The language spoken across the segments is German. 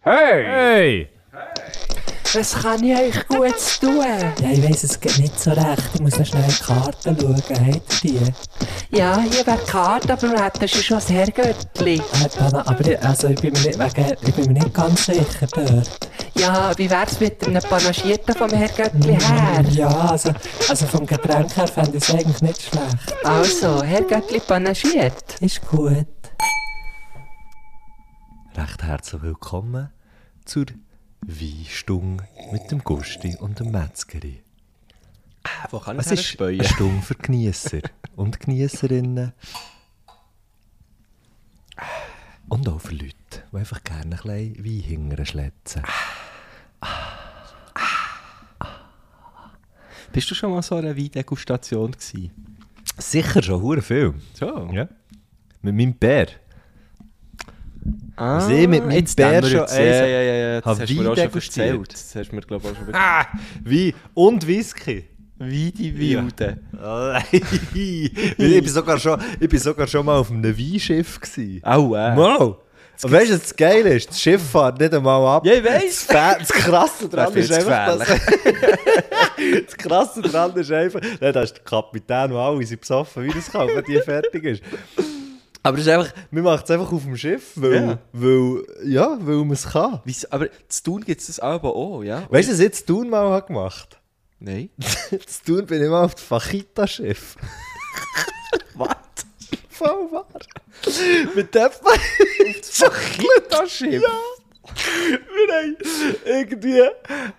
Hey! Hey! Was kann ich euch Gutes tun? Ja, ich weiss, es geht nicht so recht. Ich muss noch schnell in die Karten schauen. Habt ihr die? Ja, hier wäre die Karte, aber das ist schon das Herrgöttli. Äh, Dana, aber ich, also ich, bin mir nicht, wegen, ich bin mir nicht ganz sicher dort. Ja, wie wär's mit einem Panagierten vom Herrgöttli her? Ja, also, also vom Getränk her fände ich es eigentlich nicht schlecht. Also, Herrgöttli panagiert. Ist gut. Recht herzlich willkommen zur Weinstunde mit dem Gusti und dem Metzgeri. Wo kann ich Es ist eine Stunde für Geniesser und Geniesserinnen. Und auch für Leute, die einfach gerne ein bisschen Wein hingern schlätzen. Bist du schon mal so einer Weindegustation gewesen? Sicher schon hure viel. So. Ja. Mit meinem Bär. Ah, Sie mit meinem jetzt Bär dämmert's. schon Ja, ja, essen. ja, ja. Das Hab hast du mir auch schon Weindegustiert. erzählt. Das hast du mir, glaube ich, auch schon erzählt. Ah, Wein und Whisky. Wie die Wilde. Weil ich, bin sogar schon, ich bin sogar schon mal auf einem Weinschiff. Gewesen. Au, äh. Wow! Und weißt du, was das Geile ist? Das Schiff fährt nicht einmal ab. Ja, ich weiss. Das, Fa- das Krasse dran Das ist ist einfach, dass... das Krasse dran ist einfach... Nein, da ist der Kapitän, der alle sind besoffen, wie das kann, wenn die fertig ist. Aber es ist einfach... Wir machen es einfach auf dem Schiff, weil... Ja. Weil... Ja, weil man es kann. Wieso? Aber zu tun gibt es das aber auch, ja? Weißt du, was ich jetzt Thun mal habe gemacht Nein. Jetzt Thun bin ich mal auf dem Fachita-Schiff. Was? Voll wahr. Mit dem... Fachita-Schiff? Ja. Wir haben irgendwie.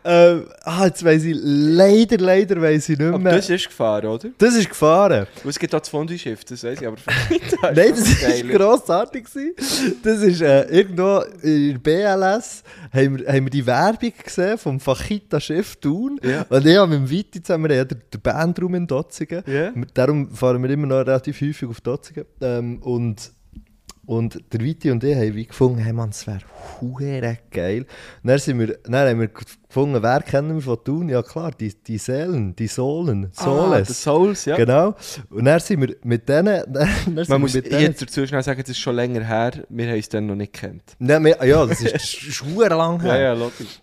Ähm, ah, jetzt weiss ich. Leider, leider weiss ich nicht Aber mehr. das ist Gefahr, oder? Das ist gefahren. Und es gibt auch das Fondue-Schiff, das weiß ich, aber Fachita Nein, das geil. war grossartig. gewesen. Das ist äh, irgendwo in der BLS haben wir, haben wir die Werbung gesehen vom Fachita Chef Thun. Ja. Und ich habe mit dem Viti zusammen, wir haben ja den, den Bandraum in Dotzigen. Ja. Wir- Darum fahren wir immer noch relativ häufig auf Dotzigen. Ähm, und, und der Viti und ich haben wie gefunden, hey Mann, das wäre hure geil. Und dann, sind wir, dann haben wir gefunden, wer kennen wir von Thun? Ja klar, die, die Seelen, die Sohlen, Ah, Soles. das Souls, ja. Genau. Und dann sind wir mit denen. Dann sind wir Man muss mit denen jetzt dazu schnell sagen, das ist schon länger her, wir haben es dann noch nicht gekannt. Nein, wir, ja, das ist schwer lang her. logisch.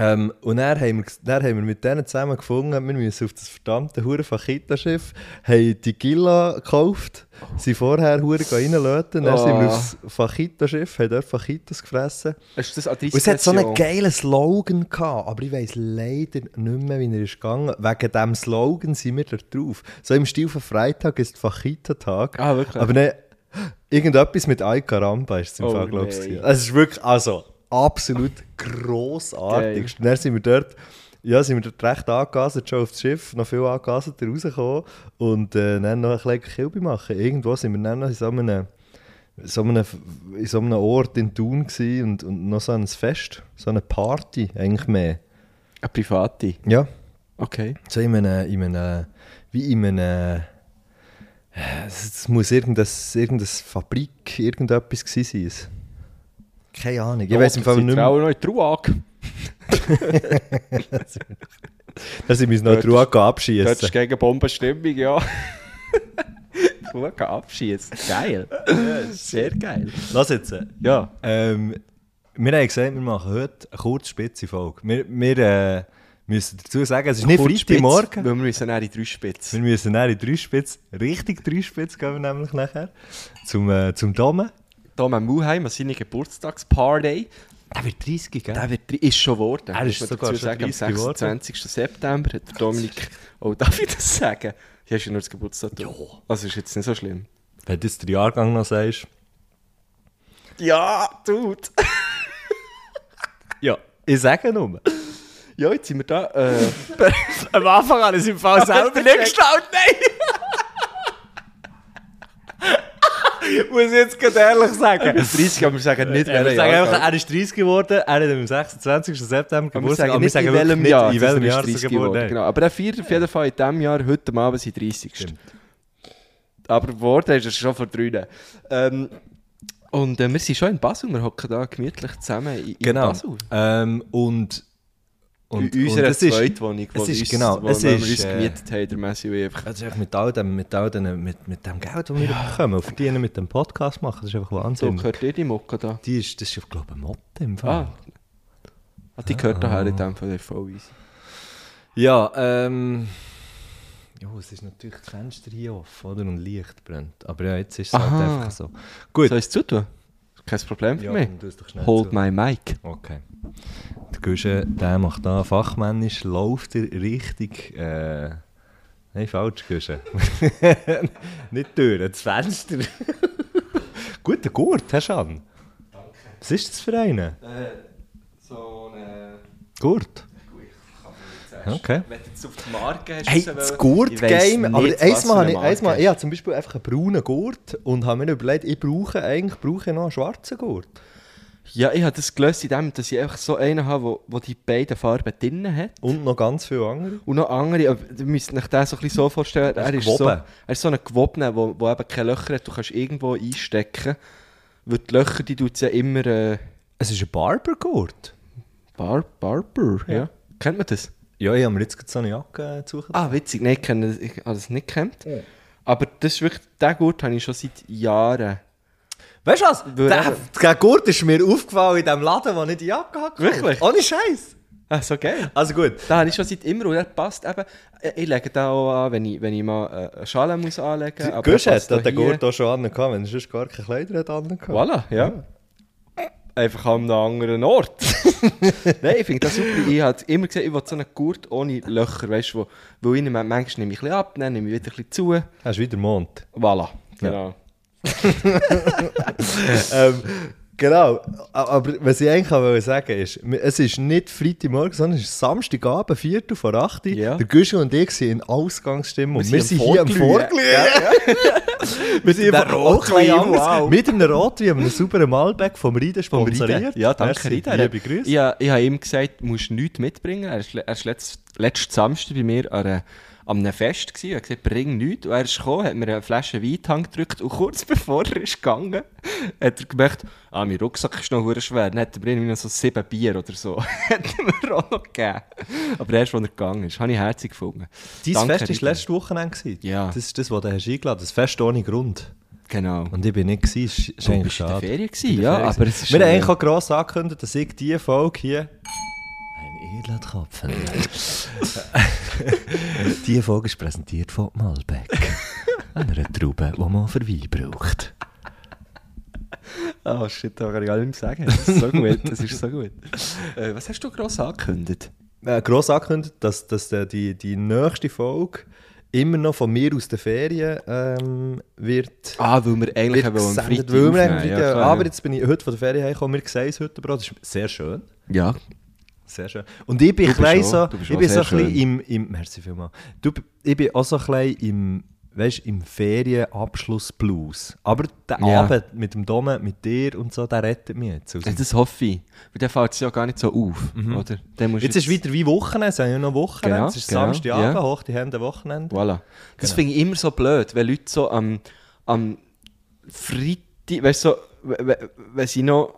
Ähm, und dann haben, wir, ges- dann haben wir mit denen zusammen gefunden, wir müssen auf das verdammte hure Fakita-Schiff, haben die Gilla gekauft, sind vorher Hure reinlöten, dann sind wir Ah. aufs Fakita-Schiff, haben dort Fakitas gefressen. Hast du das an Und es hat so einen geilen Slogan gehabt, aber ich weiss leider nicht mehr, wie er ist gegangen. Wegen diesem Slogan sind wir da drauf. So im Stil von Freitag ist Fachita-Tag. Ah, wirklich? Aber ne, irgendetwas mit Ay Caramba ist es im Oh, Fall, glaube ich. nein. gewesen. Es ist wirklich, also, absolut grossartig. Und dann sind wir dort, ja, sind wir dort recht angegasert, schon auf das Schiff, noch viel angegasert rausgekommen und äh, dann noch ein kleines Kilbe machen. Irgendwo sind wir dann noch in so einem so einem, in so einem Ort in Thun gsi und, und noch so ein Fest, so eine Party eigentlich mehr. Eine private. Ja, Okay. so in einem, in einem wie in einem, äh, es es muss irgendeine, irgendeine Fabrik, irgendetwas gewesen sein. Keine Ahnung, ich weiß im Fall nicht mehr. Frauen noch in Truag. Da sind wir uns noch Dort drüber Dort ist abschießen. gegen Bombenstimmung, ja. Truag abschießen. Geil. Sehr geil. Lass jetzt. äh, Ja. Ähm, wir haben gesagt, wir machen heute eine kurze spitze Folge. Wir, wir äh, müssen dazu sagen, es ist nicht Weil Freitagmorgen. wir müssen dann in drei Wir Spitzen. müssen dann in drei Spitz, richtig drei Spitz gehen wir nämlich nachher, zum, äh, zum Dome. Thomas Muheim an seine Geburtstagsparty. Der wird 30, gell? Der wird, ist schon geworden. Er ist Muss man sogar dazu schon sagen, am 30 geworden. 26. September hat der Dominik... Oh, darf ich das sagen? Hier hast du nur das Geburtstag. Ja. Also ist jetzt nicht so schlimm. Wenn du jetzt den Jahrgang noch sagst. Ja, tut. Ja. Ich sage nur. Ja, jetzt sind wir da. Äh, Am Anfang alles im Fall selber nicht gestaut, nein! Muss ich jetzt ganz ehrlich sagen. 30, aber wir sagen nicht, Ja, wir welcher sagen einfach, Jahrgang. er ist 30 geworden, er hat am 26. September Aber wir Geburtstag, sagen nicht, in wirklich welchem nicht, Jahr. in welchem dass er Jahr ist 30 er geboren geworden. ist. Genau. Aber er feiert auf jeden Fall in diesem Jahr heute am Abend sein 30. Aber geworden ist er schon vor drei ähm, Und äh, wir sind schon in Basel. Wir hocken da gemütlich zusammen in, in Genau. Basel. Ähm, und, und, in unserer es ist- Zweitwohnung, wo es wir ist- uns- genau, wo es wir ist, uns äh, gemietet haben, der Messi und ich einfach. Also mit all dem, mit all dem, mit, mit dem Geld, das wir bekommen, und verdienen mit dem Podcast machen, das ist einfach So, Wahnsinn. gehört ihr die Mucke da? Die ist, das ist, glaube ich, ein Motte im Fall. Ah, Ah, die gehört daher in dem Fall der voll easy. Ja, ähm. Ja, es ist natürlich das Fenster hier offen, oder? Und Licht brennt. Aber ja, jetzt ist es halt Aha. einfach so. Gut. Soll ich es zutun? Kein Problem für ja, mich. dann tu es doch schnell Hold zu. my mic. Okay. Der Guschen, der macht da fachmännisch, läuft er richtig. Äh, nein, falsch, Guschen. Nicht die Tür, das Fenster. Guter Gurt, hast du an. Was ist das für einen? So eine... Gurt. Okay. Wenn du jetzt auf die Marke hast, Hey, das Gurt-Game, aber einmal, habe ich, einmal, ich habe zum Beispiel einfach einen braunen Gurt und habe mir überlegt, ich brauche eigentlich brauche ich noch einen schwarzen Gurt. Ja, ich habe das gelöst in dem, dass ich einfach so einen habe, wo, wo die beiden Farben drin hat. Und noch ganz viele andere. Und noch andere, aber ihr müsst euch den so, ein bisschen so vorstellen, er ist so, gewoben. er ist so ein gewobener, wo, wo eben keine Löcher hat, du kannst irgendwo einstecken. Weil die Löcher, die tut es ja immer... Äh, Es ist ein Barber-Gurt. Bar Barber, ja. Kennt man das? Ja, ich habe mir jetzt gerade so eine Jacke gesucht. Ah, witzig, Oh. nein, ich kenne das- ich habe das nicht kennt. Aber das ist wirklich, den Gurt habe ich schon seit Jahren. Weißt du was? Weil Der, eben- der Gurt ist mir aufgefallen in dem Laden, wo ich die Jacke habe. gekauft. Wirklich? Ohne Scheiß. Ah, so geil. Also gut. Den habe ich schon seit immer und er passt eben. Ich- Ich lege den auch an, wenn ich, wenn ich mal äh, eine Schale muss anlegen muss. Gusch hat den Gurt auch schon angehabt, wenn er sonst gar keine Kleider hat angehabt. Voilà, ja. Einfach an einem anderen Ort. Nein, ich finde das super. Ich habe immer gesagt, ich will so einen Gurt ohne Löcher, weißt du, wo, wo ich ihn manchmal nehme ich ein bisschen ab, dann nehme ich wieder ein bisschen zu. Hast wieder Mond. Voilà, genau. ähm, genau. A- Aber was ich eigentlich auch wollte sagen ist, mi- es ist nicht Freitagmorgen, sondern es ist Samstagabend, Viertel vor 8 Uhr. Ja. Der Gusch und ich sind in Ausgangsstimmung. Wir, Wir sind sind hier am am Vorglühen. Wir sind einem einfach auch ein Rotwein, bisschen anders. wow. Mit einem Rotwein, einem sauberen Malbec vom Rieden sponsoriert. Ja, danke, Merci, Rita. Liebe Grüße. Ich, ha- ich habe ihm gesagt, du musst nichts mitbringen. Er war letzten letzten Samstag bei mir an, einer, an einem Fest. Gewesen. Er hat gesagt, bring nichts. Und er ist gekommen, hat mir eine Flasche Wein in die Hand gedrückt. Und kurz bevor er ist gegangen hat er gemerkt, ah, mein Rucksack ist noch verdammt schwer. Dann hat er mir irgendwie noch so sieben Bier oder so. hat er mir auch noch gegeben. Aber erst, als er gegangen ist, habe ich herzig gefunden. Dein Danke, Fest Rita. war letztes Wochenende. gewesen. Ja. Das ist das, was du hast eingeladen hast. Das Fest ohne Grund. Genau. Und ich bin nicht gewesen. Es ist- ist Du eigentlich bist in der schade. Ferien gewesen, ja, aber es ist... Wir haben äh, eigentlich auch gross angekündigt, dass ich diese Folge hier... Ein edler Tropfen. diese Folge ist präsentiert von Malbec. Einer Traube, die man für Wein braucht. Ah, shit, da kann ich gar nicht mehr sagen. Das ist so gut, das ist so gut. Äh, was hast du gross angekündigt? Äh, gross angekündigt, dass, dass äh, die, die nächste Folge immer noch von mir aus den Ferien ähm, wird... Ah, weil wir eigentlich wird eben am gesendet, Freitag weil wir eigentlich am aufnehmen, Freitag- ja, klar, aber ja. jetzt bin ich heute von der Ferien heimgekommen, wir sehen es heute, Bro. Das ist sehr schön. Ja, Sehr schön. Und ich bin, Du bist klein auch- so, du bist ich auch bin so sehr ein bisschen schön. im, im, merci vielmals. Du, ich bin auch so ein bisschen im, weißt, im Ferienabschluss-Blues. Aber der Ja. Abend mit dem Dome, mit dir und so, der rettet mich jetzt. Also, aus dem- Ja, das hoffe ich. Weil dann fällt es ja gar nicht so auf, oder? Dann musst Mhm. Jetzt ist wieder wie Wochenende, es sind ja noch Wochenende, Genau, es ist genau, Samstagabend, ja. hoch die Hände Wochenende. Voilà. Genau. Das finde ich immer so blöd, wenn Leute so am, am Freitag, weißt du, so, we- we- wenn sie noch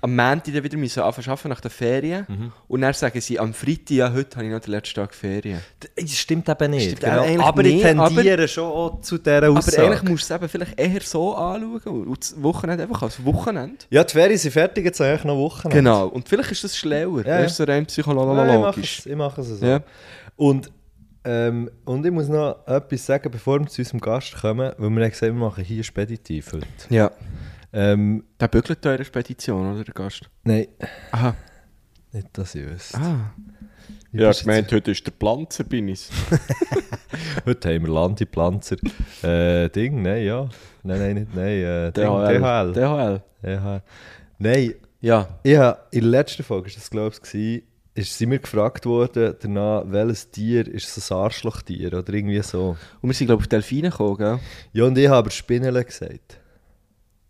am Montag dann wieder müssen anfangen zu arbeiten nach den Ferien Mhm. und dann sagen sie, am Freitag, ja, heute habe ich noch den letzten Tag Ferien. Das stimmt eben nicht. genau. Stimmt eigentlich Aber ich nicht, aber- tendiere schon auch zu dieser Aber Aussage. eigentlich musst du es eben vielleicht eher so anschauen und das Wochenende einfach als Wochenende. ja, die Ferien sind fertig, jetzt eigentlich noch Wochenende. Genau, und vielleicht ist das schlauer, Ja, ja, weißt du, so rein Nein, ich mache psychologisch. es, ich mache es so. Ja. Und, ähm, und ich muss noch etwas sagen, bevor wir zu unserem Gast kommen, weil wir haben gesagt, wir machen hier Speditiv heute. Ja. Ähm, Der bügelt eure Spedition, oder, der Gast? nein, Aha. nicht, dass ich wüsste. Ah. Ich bin jetzt- heute ist der Planzer Binis. Heute haben wir Landi Planzer. äh, Ding, nein, ja. Nein, nein, nicht, nein. Äh, Ding, DHL. DHL. DHL. DHL. Nein, Ja. ich habe in der letzten Folge, ist das glaube ich, ist, sind wir gefragt worden, danach, welches Tier ist so ein Arschlochtier oder irgendwie so. Und wir sind, glaube ich, auf Delfine gekommen, gell? Ja, und ich habe aber Spinnele gesagt.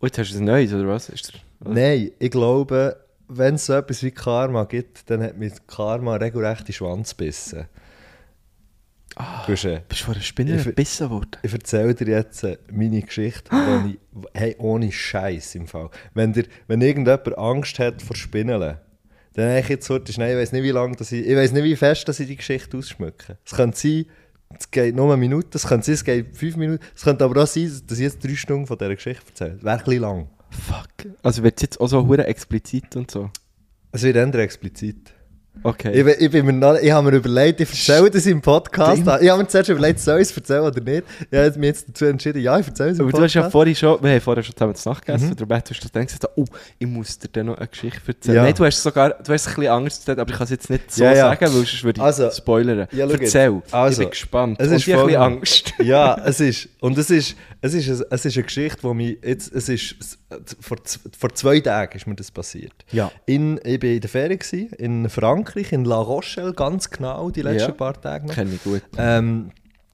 Oh, jetzt hast du ein neues, oder was? Ist der... Nein, ich glaube, wenn es so etwas wie Karma gibt, dann hat mit Karma regelrecht die Schwanz gebissen. Guschen, Bist du von einer Spinne Ich- gebissen worden? Ich erzähle dir jetzt äh, meine Geschichte ohne, hey, ohne Scheiß im Fall. Wenn, dir, wenn irgendjemand Angst hat vor Spinneln, dann habe ich jetzt heute schnell, ich weiß nicht, wie lange, dass ich, ich weiß nicht, wie fest dass ich die Geschichte ausschmücke. Es könnte sein, es geht nur eine Minute, es könnte sein, es geht fünf Minuten, es könnte aber auch sein, dass ich jetzt drei Stunden von dieser Geschichte erzähle. Wäre ein bisschen lang. Fuck. Also wird es jetzt auch so hure explizit und so? Es wird ändern explizit. Okay. Ich, bin- ich, bin mir noch, ich habe mir überlegt, ich erzähle das im Podcast. Ich habe mir zuerst überlegt, soll ich es erzählen oder nicht. Ich habe mich jetzt dazu entschieden, ja, ich erzähle es im Aber du hast Podcast. ja vorhin schon, wir haben vorher schon zusammen zu Nacht gegessen, mhm. darum hast du dann gesagt, oh, ich muss dir dann noch eine Geschichte erzählen. Ja. Nein, du hast sogar, du hast es ein bisschen anders gesagt, aber ich kann es jetzt nicht so Ja, ja. sagen, weil sonst würde ich Also, spoilern. ja, schau jetzt. Erzähl, ich Also, bin gespannt. es Und ist ich habe ein bisschen Angst. folgendes. ja, es ist. Und es ist, es ist, es ist eine Geschichte, die mich jetzt. Es ist, es- vor, z- vor zwei Tagen ist mir das passiert. Ja. In, ich war in der Ferien, gewesen, in Frankreich, in La Rochelle, ganz genau, die letzten Ja. paar Tage. noch. Kenne ich gut. Ähm,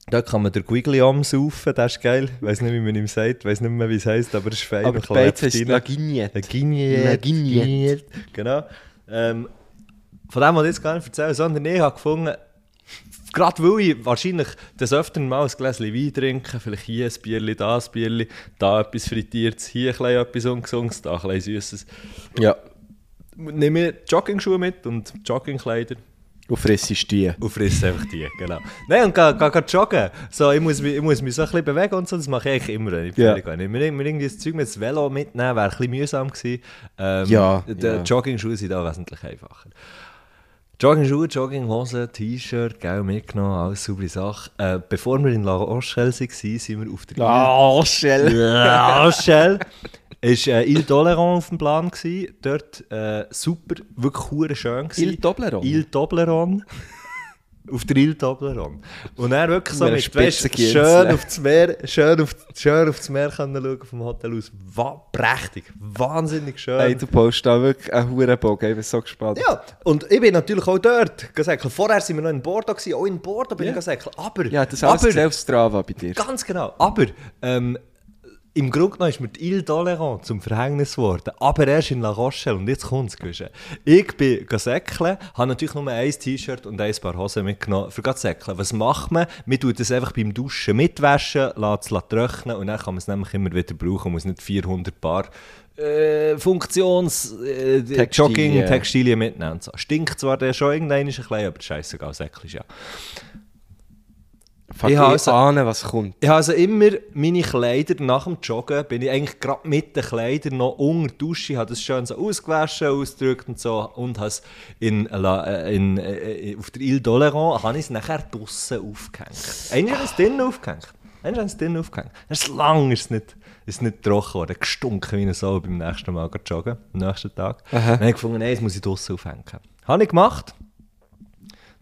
da kann man den Guigliam saufen, das ist geil. Ich weiß nicht, wie man ihm sagt, weiß nicht mehr, wie es heißt, aber es ist fein. Aber man die Beiz klebt ist rein. Laginiet. Eine Guinea. Eine Guinea. Guinea. Genau. Ähm, von dem wollte ich jetzt gar nicht erzählen, sondern ich habe gefunden, gerade weil ich wahrscheinlich des Öfteren mal ein Gläschen Wein trinke, vielleicht hier ein Bierli, da ein Bierli, da etwas Frittiertes, hier ein bisschen etwas Ungesundes, da ein bisschen Süßes. Ja. Nehme ich Joggingschuhe mit und Joggingkleider Und fressest die. und frisse einfach die, genau. Nein, und gehe, gehe, gehe joggen. So, ich, muss mich, ich muss mich so ein bisschen bewegen und so, das mache ich eigentlich immer, wenn ich Ja. yeah. gehe. Mir, mir irgendwie das Zeug mit dem Velo mitnehmen, wäre ein bisschen mühsam gewesen. Ähm, Ja, Die ja. Jogging-Schuhe sind da wesentlich einfacher. Jogging-Schuhe, Jogginghose, T-Shirt, gell, mitgenommen, alles saubere Sache. Äh, bevor wir in La Rochelle waren, sind wir auf der Oh, Shell. La Rochelle ist äh, Il Doleron auf dem Plan gewesen. Dort äh, super, wirklich hure schön gewesen. Il Toblerone? Il Toblerone. auf der Il Toblerone. Und er wirklich so Mit einer mit, weißt, Spitzenkinsel. schön auf das Meer, schön auf, schön auf das Meer können schauen vom Hotel aus. Wa prächtig, wahnsinnig schön. Hey, du postest da wirklich einen Hurenbogen, ich bin so gespannt. ja, und ich bin natürlich auch dort gesäckelt. Vorher sind wir noch in Bordeaux, gewesen. auch in Bordeaux bin ich gesäckelt. Aber, Ja, das alles aber gesehen auf Strava bei dir. Ganz genau. Aber ähm, im Grunde genommen ist mir die Ile d'Oléron zum Verhängnis geworden. Aber erst in La Rochelle. Und jetzt kommt es. Ich bin gegangen säckeln, habe natürlich nur ein T-Shirt und ein paar Hosen mitgenommen für zu säckeln. Was macht man? Man tut es einfach beim Duschen mitwaschen, lässt es trocknen und dann kann man es nämlich immer wieder brauchen und muss nicht 400 Paar äh, Funktions... Äh, Textilien. Jogging, Textilien mitnehmen und so. Stinkt zwar der schon irgendwann ein bisschen, aber scheißegal, säckeln ist ja. Fuck, Ich ich habe ahne, also- was kommt. Ich habe also immer meine Kleider nach dem Joggen, bin ich eigentlich gerade mit den Kleidern noch unter die Dusche, habe das schön so ausgewaschen, ausgedrückt und so und habe es in, La- äh, in, äh, auf der Ile d'Oléron, habe ich es nachher draussen aufgehängt. Eigentlich habe ich es drinnen aufgehängt. Eigentlich habe ich es drinnen aufgehängt. Dann ist es lang ist es nicht, ist es nicht trocken geworden, gestunken wie eine Sau beim nächsten Mal gehen joggen, am nächsten Tag. Dann habe ich gefunden, nein, das muss ich draussen aufhängen. Habe ich gemacht.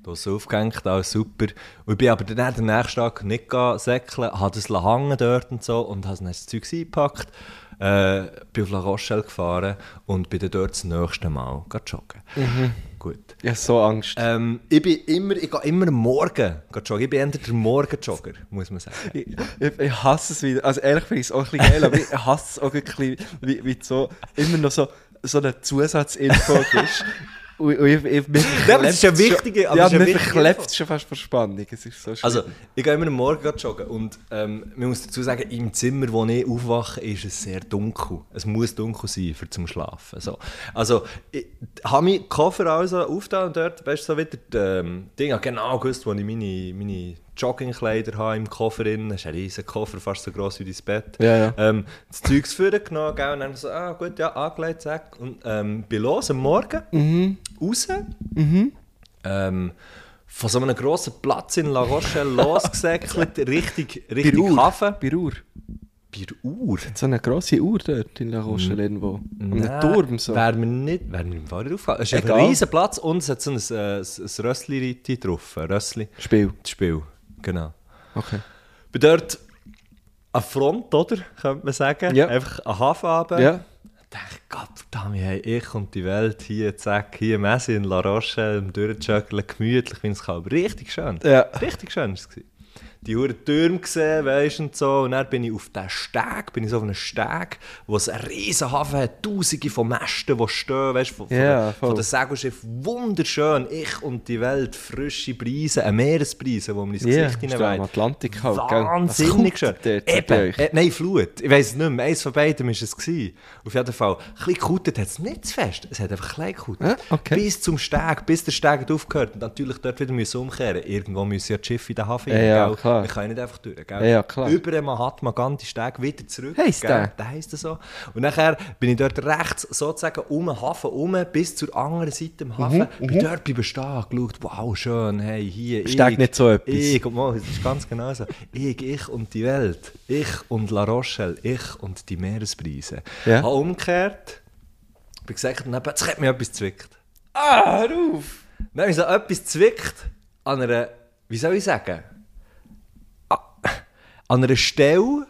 Das aufgehängt, alles super. Und ich bin aber dann den nächsten Tag nicht gegangen säckeln, habe das hängen dort und so und habe dann das Zeug eingepackt, äh, bin auf La Rochelle gefahren und bin dann dort das nächste Mal gegangen joggen. Gut. Ich habe so Angst. Mhm. Ähm, ich bin immer, ich gehe immer am Morgen gehen joggen. Ich bin entweder der Morgenjogger, muss man sagen. Ich, ich, ich hasse es wieder. Also ehrlich finde ich es auch ein bisschen geil, aber ich hasse es auch ein bisschen, wie, wie du so, immer noch so, so eine Zusatzinfo ist. Und, und ich, ich, mich Ja, aber das ist ja verklebt wichtige- Schon, aber ja, das ist ja mir wichtige verklebt Info. es schon fast vor Spannung. Es ist so schlimm. Also, ich gehe immer am Morgen gehen joggen und ähm, man muss dazu sagen, im Zimmer, wo ich aufwache, ist es sehr dunkel. Es muss dunkel sein, für zum Schlafen. So. Also, ich habe meinen Koffer also aufgetan und dort, weißt du, so wieder die, ähm, Ding, ich habe genau gewusst, wo ich meine, meine Joggingkleider habe im Koffer drin. Das ist ein riesiger Koffer, fast so groß wie dein Bett. Ja, ja. Ähm, das Zeug vorne genommen, gell, und dann so, ah gut, ja, angelegt, zack. Und ähm, bin los am Morgen, Mhm. raus, ähm, von so einem grossen Platz in La Rochelle losgesäckelt, richtig, bei richtig Uhr. Hafen. Bei Uhr. Bei der Uhr? So eine grosse Uhr dort in La Rochelle irgendwo. Mhm. An einem Turm so. Wäre mir nicht, wäre mir im Fall nicht aufgefallen. Es ist Egal. ein riesen Platz und es hat so ein, äh, ein Rössli drauf. Ein Rössli. Spiel. Das Spiel, genau. Okay. Bin dort an Front, oder? Könnte man sagen. Ja. Einfach an Hafen runter. Ja. Ich dachte, Gott verdammt, hey, ich und die Welt hier, zack, hier im Messi in La Roche, im Dürrenjuggeln, gemütlich, wie es kann. Aber richtig schön. Ja. Richtig schön war es. Die hohen Türme gesehen, weisst du, und so. Und dann bin ich auf diesen Steg, bin ich so auf einem Steg, wo es einen riesen Hafen hat, tausende von Mästen, die stehen, weißt du, von, von Ja, den- voll. von den Segelschiffen. Wunderschön, ich und die Welt, frische Preise, eine Meerespreise, die mir ins Ja, Gesicht ist hineinweht. da am Atlantik halt, gell? Wahnsinnig Was schön. kommt dort bei Eben, euch? äh, nein, Flut. Ich weiß nicht mehr. Eins von beiden war es. Gewesen. Auf jeden Fall. Ein bisschen gekutet hat es nicht zu fest. Es hat einfach klein gekutet. Ah, okay. Bis zum Steg, bis der Steg hat aufgehört. Und natürlich dort wieder müssen umkehren. Irgendwo müssen ja die Schiffe in den Hafen Ja, ja, gell? klar. Ich kann ja nicht einfach durch, gell? Ja, klar. Über den Mahatma Gandhi Steg wieder zurück. Heisst gell? der? Der heisst das so. Und nachher bin ich dort rechts sozusagen um den Hafen rum, bis zur anderen Seite im Hafen. Mhm, bin dort bleiben stehen, geschaut, wow, schön, hey, hier, Steg nicht so etwas. Ich, und mal, das ist ganz genau so. Ich, ich und die Welt. Ich und La Rochelle. Ich und die Meeresbrise. Ja. Habe umgekehrt, bin gesagt, und dann, jetzt hat mir etwas zwickt. Ah, hör auf! Dann habe ich so etwas zwickt an einer, wie soll ich sagen, A- an einer Stelle,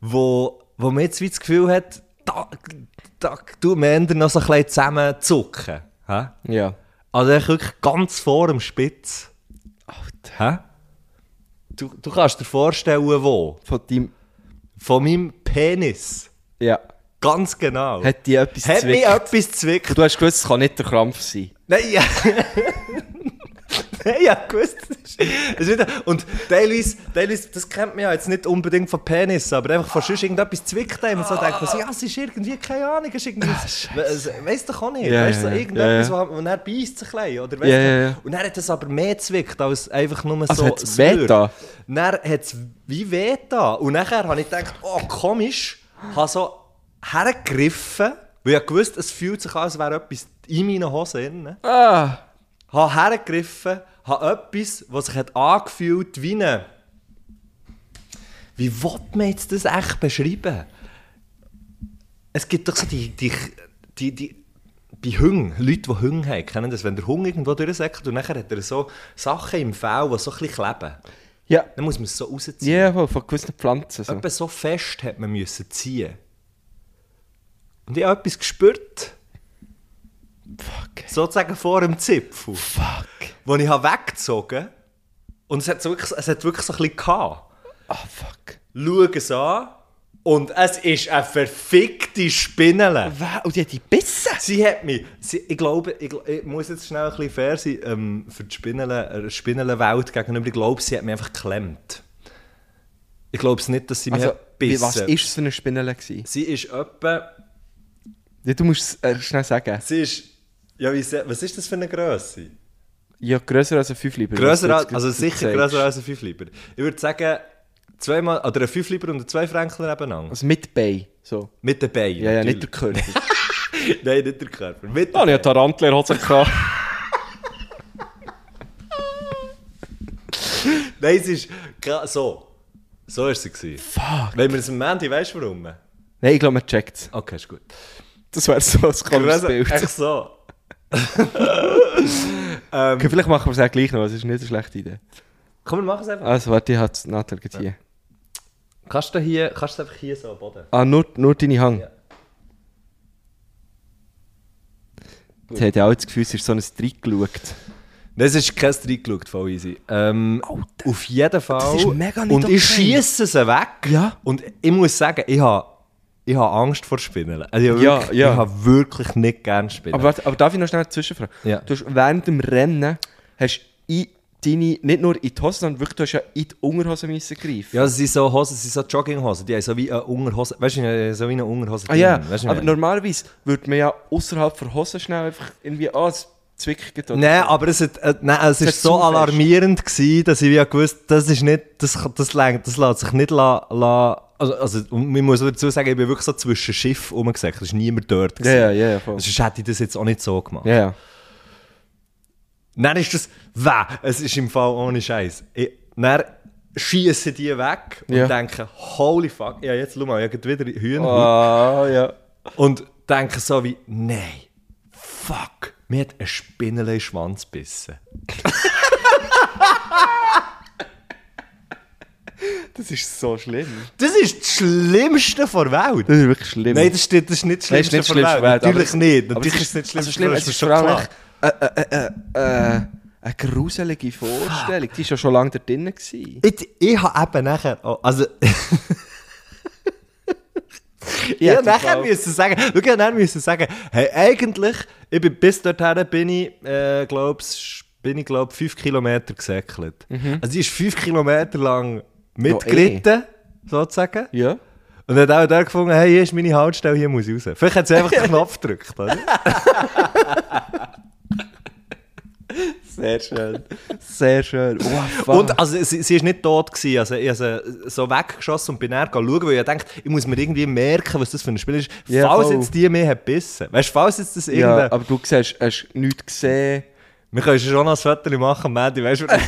wo, wo man jetzt wie das Gefühl hat, da, da tut man eher noch so ein bisschen zusammenzucken. Hä? Ja. Also ich wirklich ganz vor dem Spitz. Hä? Du, du kannst dir vorstellen, wo? Von deinem... Von meinem Penis. Ja. Ganz genau. Hat die etwas Hat mich gezwickt? etwas zwickt. Und du hast gewusst, es kann nicht der Krampf sein. Nein, ja. Nein, ja, gewusst. das ist- das ist wieder, und teilweise, teilweise, das kennt man ja jetzt nicht unbedingt von Penis, aber einfach von sonst irgendetwas zwickt einem und so denkt man so, ja, es ist irgendwie, keine Ahnung, es ist irgendwie, weißt du doch auch nicht, Ah, Ja, weißt du, so ja, ja. irgendetwas, Ja, wo- und er beißt sich ein bisschen, oder weißt Ja, du, ja, ja. und er hat es aber mehr zwickt, als einfach nur Also so hat's weh Swirr. da? Dann hat es wie weh da. Und nachher habe ich gedacht, oh komisch, habe so hergegriffen, weil ich gewusst, es fühlt sich an, als wäre etwas in meinen Hosen drin. Ah! Habe hergegriffen, habe etwas, was sich hat angefühlt wie eine... Wie will man jetzt das echt beschreiben? Es gibt doch so die... die, die, die bei Hung, Leute, die Hung haben, kennen das, wenn der Hung irgendwo durchsäckelt und nachher hat er so Sachen im Fell, die so ein bisschen kleben. Ja. Dann muss man es so rausziehen. Ja, wohl, von gewissen Pflanzen. So. Etwa so fest hat man müssen ziehen. Und ich habe etwas gespürt. Fuck. Sozusagen vor dem Zipfel. Fuck. Wo ich habe weggezogen Und es hat, so wirklich, es hat wirklich so ein bisschen gehabt. Ah, fuck. Schau es an. Und es ist eine verfickte Spinne. Was? Und die hat die bissen? Sie hat mich, sie, ich glaube, ich, gl- ich muss jetzt schnell ein bisschen fair sein, ähm, für die Spinnele- äh, Spinnenwelt gegenüber, ich glaube, sie hat mich einfach geklemmt. Ich glaube es nicht, dass sie mich Also, hat wie, was gebissen. ist es für eine Spinne? gewesen? Sie ist etwa. Ja, du musst es äh, schnell sagen. Sie ist. Ja, wie se- was ist das für eine Größe? Ja, grösser als ein 5 Lieber. Größer als, also sicher größer als ein 5 Lieber. Ich würde sagen, zweimal, oder ein 5 Lieber und ein 2 Franken nebeneinander. Also mit Bein. So. Mit den Beinen. Ja, ja, nicht der natürlich. Körper. Nein, nicht der Körper. Mit Ah, den ich hatte Tarantel in der Hose. gehabt. Nein, es ist. gra- So. So war sie. Gewesen. Fuck. Wenn wir es am Mandy, weißt du warum? Nein, ich glaube, man checkt es. Okay, ist gut. Das wäre so ein komisches Größer. Bild. Echt so. Okay, vielleicht machen wir es auch gleich noch, es ist nicht eine schlechte Idee. Komm, wir machen es einfach. Also, warte, ich habe es nachher hier. Kannst du hier, kannst du einfach hier so am Boden? Ah, nur, nur deine Hang. Ja. Jetzt hat ja auch das Gefühl, es ist so ein Trick geschaut. Das ist kein Streit geschaut, voll easy. Ähm, auf jeden Fall. Das ist mega nicht Und okay. ich schiesse sie weg. Ja. Und ich muss sagen, ich habe ich hab Angst vor Spinnen. Also ich habe Ja, wirklich, ja. Ich hab wirklich nicht gerne Spinnen. Aber, warte, aber darf ich noch schnell eine Zwischenfrage? Ja. Du hast während dem Rennen hast in deine, nicht nur in die Hose, sondern wirklich, du hast ja in die Unterhose müssen greifen. ja, es sind so Hosen, es sind so Jogginghosen, die haben so wie eine Unterhose, weißt du, so wie eine Unterhose. Ah ja, drin, weißt du, wie ich aber meine? normalerweise würde man ja außerhalb der Hose schnell einfach irgendwie, ah, es zwickt oder Nein, so. aber es, hat, äh, nein, es, hat ist zu so fest. alarmierend gewesen, dass ich wie gewusst, das ist nicht, das, das, längt- das lässt sich nicht la, la, also, also, und ich muss dazu sagen, ich bin wirklich so zwischen Schiff rumgesagt, es ist niemand dort gewesen. Ja, ja, ja, ja, voll. Sonst hätte ich das jetzt auch nicht so gemacht. Ja, ja. Dann ist das weh. Es ist im Fall ohne Scheiß. Dann schießen die weg und Ja. denken, holy fuck, ja, jetzt schau mal, ich habe wieder Hühner. Ah, ja. Und denken so wie, nein, fuck, mir hat eine Spinne in den Schwanz gebissen. Das ist so schlimm. Das ist das Schlimmste der Welt. Das ist wirklich schlimm. Nein, das, steht, das ist nicht das Nein, es Schlimmste der Welt. Natürlich aber es- nicht. aber Natürlich ist es nicht das also Schlimmste schlimm, der Welt. Es das ist schon vor allem echt, klar. äh, äh, äh, äh, eine gruselige Vorstellung. Die war ja schon lange da drinnen. gewesen. Ich, ich habe eben nachher. Oh, also. ich Ja, ja, nachher total. müssen sagen, schau, ich hab nachher müssen sagen, hey, eigentlich, ich bin bis dorthin bin ich, äh, glaub's, bin ich, glaub, fünf Kilometer gesäckelt. Mhm. Also, ich ist fünf Kilometer lang mitgeritten, sozusagen. Ja. Und hat auch der gefunden, hey, hier ist meine Haltestelle, hier muss ich raus. Vielleicht hat sie einfach den Knopf gedrückt, oder? Sehr schön. sehr schön. Oh, Und also, sie, sie ist nicht tot gewesen. Also, ich habe sie so weggeschossen und bin dann schauen, weil ich dachte, ich muss mir irgendwie merken, was das für ein Spiel ist. Ja, falls voll. jetzt die mich hat bissen. Weißt du, falls jetzt das irgendein... ja, aber du siehst, hast nichts gesehen. Wir können schon noch ein Foto machen, Mandy, weißt du? Nein,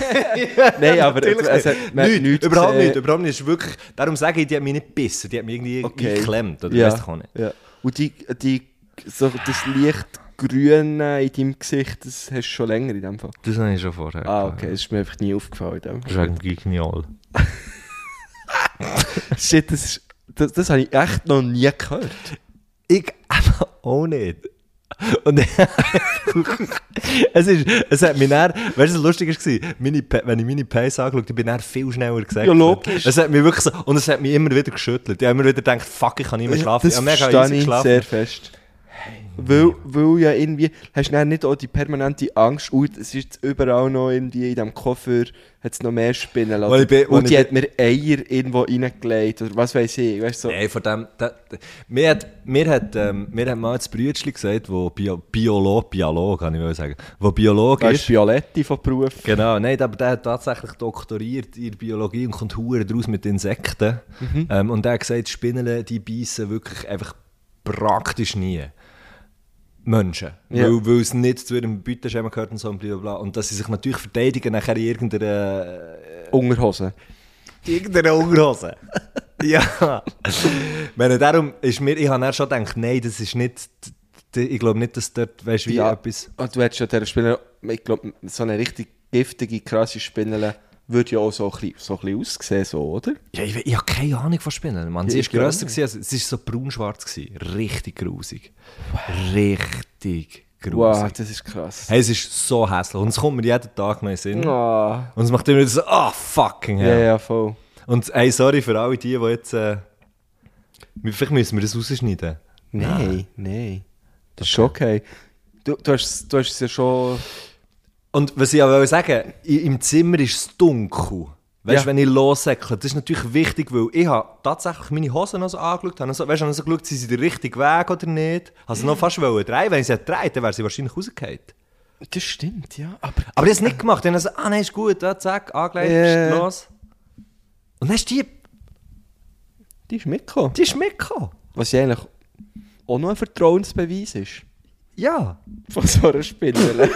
aber Natürlich es- es hat- man hat nicht. nichts äh, überhaupt gesehen. nicht, überhaupt nicht. Es Ist wirklich, darum sage ich, die hat mich nicht gebissen, die hat mich irgendwie Okay. geklemmt, oder ja. weißt du auch nicht. Ja. Und die, die, so das Lichtgrüne in deinem Gesicht, das hast du schon länger in dem Fall. Das habe ich schon vorher. Ah, okay, das ist mir einfach nie aufgefallen. in Dem. Fall. Das ist eigentlich genial. Shit, das, ist, das, das habe ich echt noch nie gehört. Ich eben auch nicht. Und es, ist, es hat mich dann, weißt du, was lustig war? Meine, Pa- wenn ich meine Pace angeschaut habe, bin ich dann viel schneller gesagt. Ja, logisch. Es hat mich wirklich so, und es hat mich immer wieder geschüttelt. Ich habe immer wieder gedacht, fuck, ich kann nicht mehr schlafen. das ich habe mega easy verstehe ich geschlafen. sehr fest. Weil, weil ja irgendwie, hast du dann nicht auch die permanente Angst, und es ist jetzt überall noch irgendwie in diesem Koffer, hat es noch mehr Spinnen lassen. Weil ich bin- weil und die ich hat mir Eier irgendwo reingelegt, oder was weiß ich, weißt du, so. Nein, von dem. Da, da, mir, hat, mir, hat, ähm, mir hat mal das Brütschli gesagt, wo Bio, Biolog, Biolog, kann ich mal sagen, wo Biolog Weißt ist. du, Violetti von Beruf. Genau, nein, aber der hat tatsächlich doktoriert in der Biologie und kommt hure draus mit Insekten. Mhm. Ähm, und der hat gesagt, Spinnen, die beißen wirklich einfach praktisch nie. Menschen. Ja. Weil, weil es nicht zu ihrem Beuteschema gehört und so und blablabla. Und dass sie sich natürlich verteidigen nachher in irgendeiner äh, Unterhosen. Irgendeine Unterhose. ja. Meine, darum ist mir, ich habe dann schon gedacht, nein, das ist nicht, d- ich glaube nicht, dass dort, weißt du, wie Ja. etwas... Und du hättest ja dieser Spinner, ich glaube, so eine richtig giftige, krasse Spinne würde ja auch so ein bisschen, so ein bisschen aussehen, so, oder? Ja, ich, we- ich habe keine Ahnung von Spinnen, Mann. Sie Ja, ist ich glaub grösser, gewesen, also, sie ist so braun-schwarz. gewesen. Richtig grusig. Richtig grusig. Wow, das ist krass. Hey, es ist so hässlich und es kommt mir jeden Tag noch in den Sinn. Ah. Und es macht immer wieder so, ah, fucking Ja, hell. ja, voll. Und hey, sorry für alle die, die jetzt... Äh, vielleicht müssen wir das rausschneiden. Nein, nein. Das ist okay. Du, du, hast, du hast es ja schon. Und was ich auch wollte sagen i- im Zimmer ist es dunkel. Weißt Ja. du, wenn ich lossäckle, das ist natürlich wichtig, weil ich habe tatsächlich meine Hosen noch so angeschaut, habe noch so, weißt, habe noch so geschaut, sind sie der richtige Weg oder nicht. Habe sie noch fast wollen drehen. Wenn ich sie drehen, dann wäre sie wahrscheinlich rausgefallen. Das stimmt, ja. Aber Aber ich habe es nicht gemacht. Dann habe ich so, ah nein, ist gut, ja, zack, angelegt, Ja. ist los. Und dann ist die, die ist mitgekommen. die ist mitgekommen. Was ja eigentlich auch noch ein Vertrauensbeweis ist. Ja. Von so einer Spindel.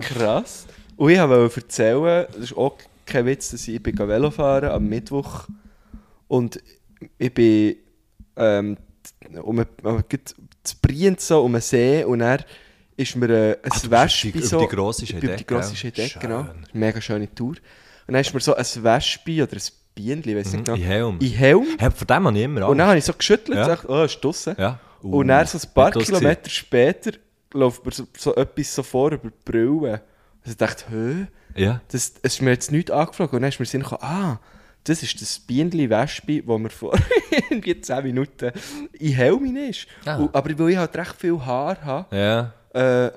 Krass. Und ich wollte erzählen, das ist auch kein Witz, dass ich, ich bin Velo fahren am Mittwoch und ich bin ähm, um, um, um, zu Brien so um den See und er ist mir äh, ein Ah, bist Wespe über die- so... über die grosse ich bin Scheidegg, über die grosse gell? Scheidegg, Schön. genau. Mega schöne Tour. Und dann ist mir so ein Wespe oder ein Bienchen, weiss ich nicht genau. in Mhm. Helm. In Helm. Hey, von dem habe ich immer Und dann Angst. habe ich so geschüttelt Ja. und gedacht, oh, ist draussen. Ja. Uh, und dann so ein paar hat das Kilometer später läuft mir so, so etwas so vor über die Brille. Also ich dachte, hä? Ja. Das, es ist mir jetzt nichts angeflogen. Und dann ist mir Sinn gekommen, ah, das ist das Bienenwespe, das mir vor irgendwie 10 Minuten in Helmin ist. Ah. Und, aber weil ich halt recht viel Haar habe, Ja. äh,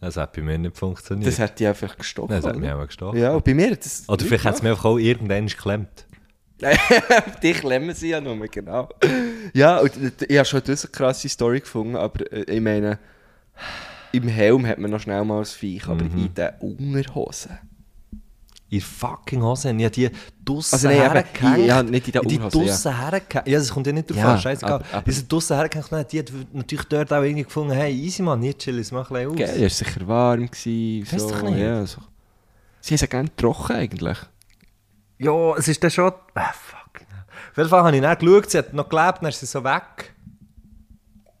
Das hat bei mir nicht funktioniert. das hätte ich einfach gestochen. Nein, das hat mich oder? auch gestochen. ja, und bei mir hat das. Oder nicht vielleicht hat es gemacht. mir einfach auch irgendwann geklemmt. Dich lemmen sie ja nur, genau. Ja, und d- ich habe schon das eine krasse Story gefunden, aber äh, ich meine, im Helm hat man noch schnell mal ein Viech, aber in den Unterhosen. In fucking Hosen. Ich habe die draussen Also nein, eben, hergehängt. ja, nicht in der die Unterhose, draussen hergehängt. Ja, das kommt ja nicht drauf Ja, an. Scheißegal. aber- aber- Die sind draussen hergehängt. und dann hat Die hat natürlich dort auch irgendwie gefunden, hey, easy man, nicht chillen, es macht ein bisschen aus. Gell, es war sicher warm. Gewesen, Weiss so, doch nicht. Ja, so. Sie ist ja gerne trocken eigentlich. Ja, es ist dann schon... Ah, fuck. Auf jeden Fall habe ich dann geschaut, sie hat noch gelebt, dann ist sie so weg.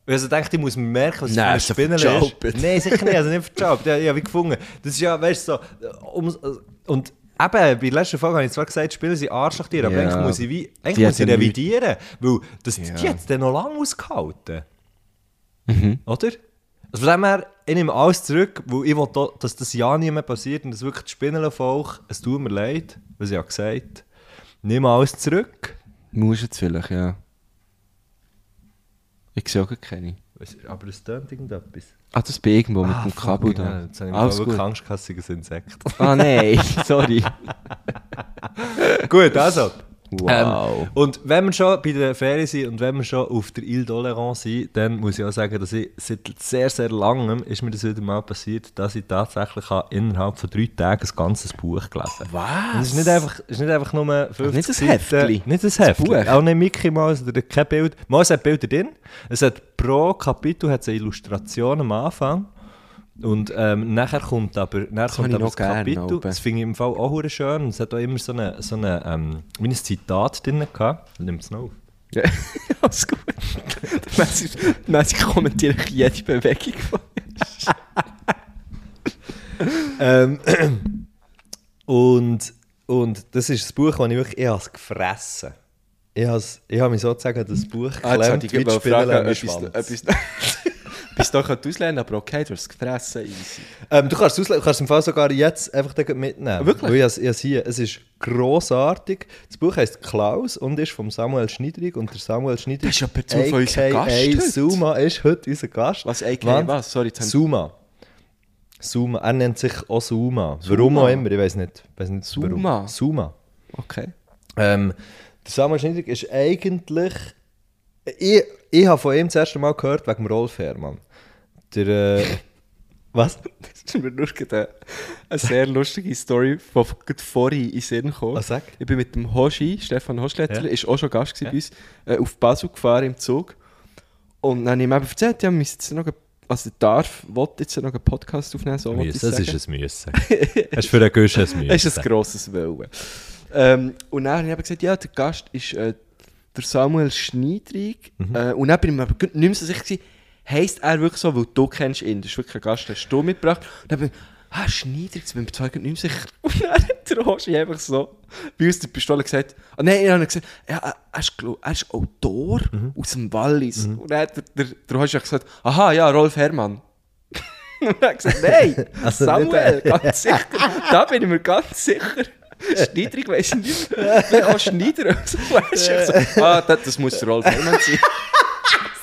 Weil ich so dachte, ich muss mir merken, was Nein, es ist für sie eine Spinne verjaubt. ist. Nein, sicher nicht, also nicht verjaubt. Ja, ich habe wie gefunden. Das ist ja, weißt du, so... Um, und eben, bei der letzten Folge habe ich zwar gesagt, Spinner sind Arschlachtiere, aber Ja. eigentlich muss ich, wie, Die eigentlich muss hat ich ja revidieren. Weil das, die Ja. hat es dann noch lange ausgehalten. Mhm. Oder? Also von dem her, ich nehme alles zurück, weil ich will, da- dass das ja nie mehr passiert und dass wirklich das Spinnenvolk, es tut mir leid, was ich ja gesagt habe, nehme alles zurück. Muss jetzt vielleicht, ja. Ich sehe auch gar keine. Was- Aber es tönt irgendetwas. Ah, das bin ich irgendwo mit dem Kabel fucking hell, da. Jetzt habe ich Alles mal gut. wirklich Angst gehabt, es sei ein Insekt. Ah nein, sorry. Gut, also, Wow. und wenn wir schon bei der Ferien sind und wenn wir schon auf der Ile d'Oléron sind, dann muss ich auch sagen, dass ich seit sehr, sehr langem ist mir das wieder mal passiert, dass ich tatsächlich habe innerhalb von drei Tagen ein ganzes Buch gelesen habe. Was? Es ist nicht einfach, es ist nicht einfach nur 50 Nicht ein Seiten. Heftli? Nicht ein Heftli. Buch? Auch nicht Mickey Mouse oder kein Bild. Mal, es hat Bilder drin. Es hat pro Kapitel hat es eine Illustration am Anfang. Und ähm, nachher kommt aber, nachher habe kommt ich aber noch das gerne, Kapitel. Albe. Das finde ich im Fall auch hure schön. Es hat auch immer so eine, so eine, ähm, wie ein Zitat drin gehabt. Nimm es noch auf. Ja, alles gut. Messi, Messi kommentiert jede Bewegung von Ähm, und, und das ist das Buch, das ich wirklich, ich habe es gefressen. Ich habe, es- ich habe mich sozusagen das Buch Ah, geklemmt, wie Ah, die Spindel an meinen Schwanz. Bis doch auslehnen, aber okay, du hast es gefressen, easy. Ähm, du kannst es ausle- du kannst es im Fall sogar jetzt einfach da gleich mitnehmen. Wirklich? Weil ich has- ich has hier. Es ist grossartig. Das Buch heisst Klaus und ist von Samuel Schneidrig. Und der Samuel Schneidrig, Das ist aber Zufall unser Gast heute. Suma, ist heute unser Gast. Was, aka Wann- was? Sorry, jetzt haben- Suma. Suma. Er nennt sich auch Suma. Warum auch immer, ich weiß nicht. Weiss nicht Suma? Warum. Suma. Okay. Ähm, der Samuel Schneidrig ist eigentlich... Ich, ich habe von ihm das erste Mal gehört wegen dem Rolf Herrmann. Der... Äh, was? Das ist mir nur gerade eine, eine sehr lustige Story, die gerade vorhin in den Sinn gekommen Ah, sag. Ich bin mit dem Hoshi, Stefan Hoschletzler, Ja. ist auch schon Gast ja. bei uns, äh, auf Basel gefahren im Zug. Und dann habe ich ihm eben erzählt, ja, wir müssen jetzt noch, einen- also darf, wollte jetzt noch einen Podcast aufnehmen, so wollte ich Müssen, es sagen. ist ein Müssen. Es ist für den Gusch ein Müssen. Es ist ein grosses Wollen. Ähm, und dann habe ich eben gesagt, ja, der Gast ist äh, der Samuel Schneidrig. Äh, und dann bin ich mir aber nicht mehr so sicher gewesen, heisst er wirklich so, weil du kennst ihn, das ist wirklich ein Gast, den hast du mitgebracht. Und dann bin ich, ah, Schneidrig, jetzt bin ich mir zwar nicht mehr sicher. Und dann hat der Hoshi einfach so, bei uns der Pistole gesagt, ah nein, ich habe gesagt, ja, er- er ist, glaub- er ist Autor aus dem Wallis. Und dann hat der, der, der Hoshi auch gesagt, aha, ja, Rolf Herrmann. Und er hat gesagt, nein, Also Samuel, ganz sicher. Da bin ich mir ganz sicher. Schneidrig weiss ich nicht mehr. Vielleicht auch Schneider. Also, weißt du, ich so, ah, das, das muss der Rolf Herrmann sein.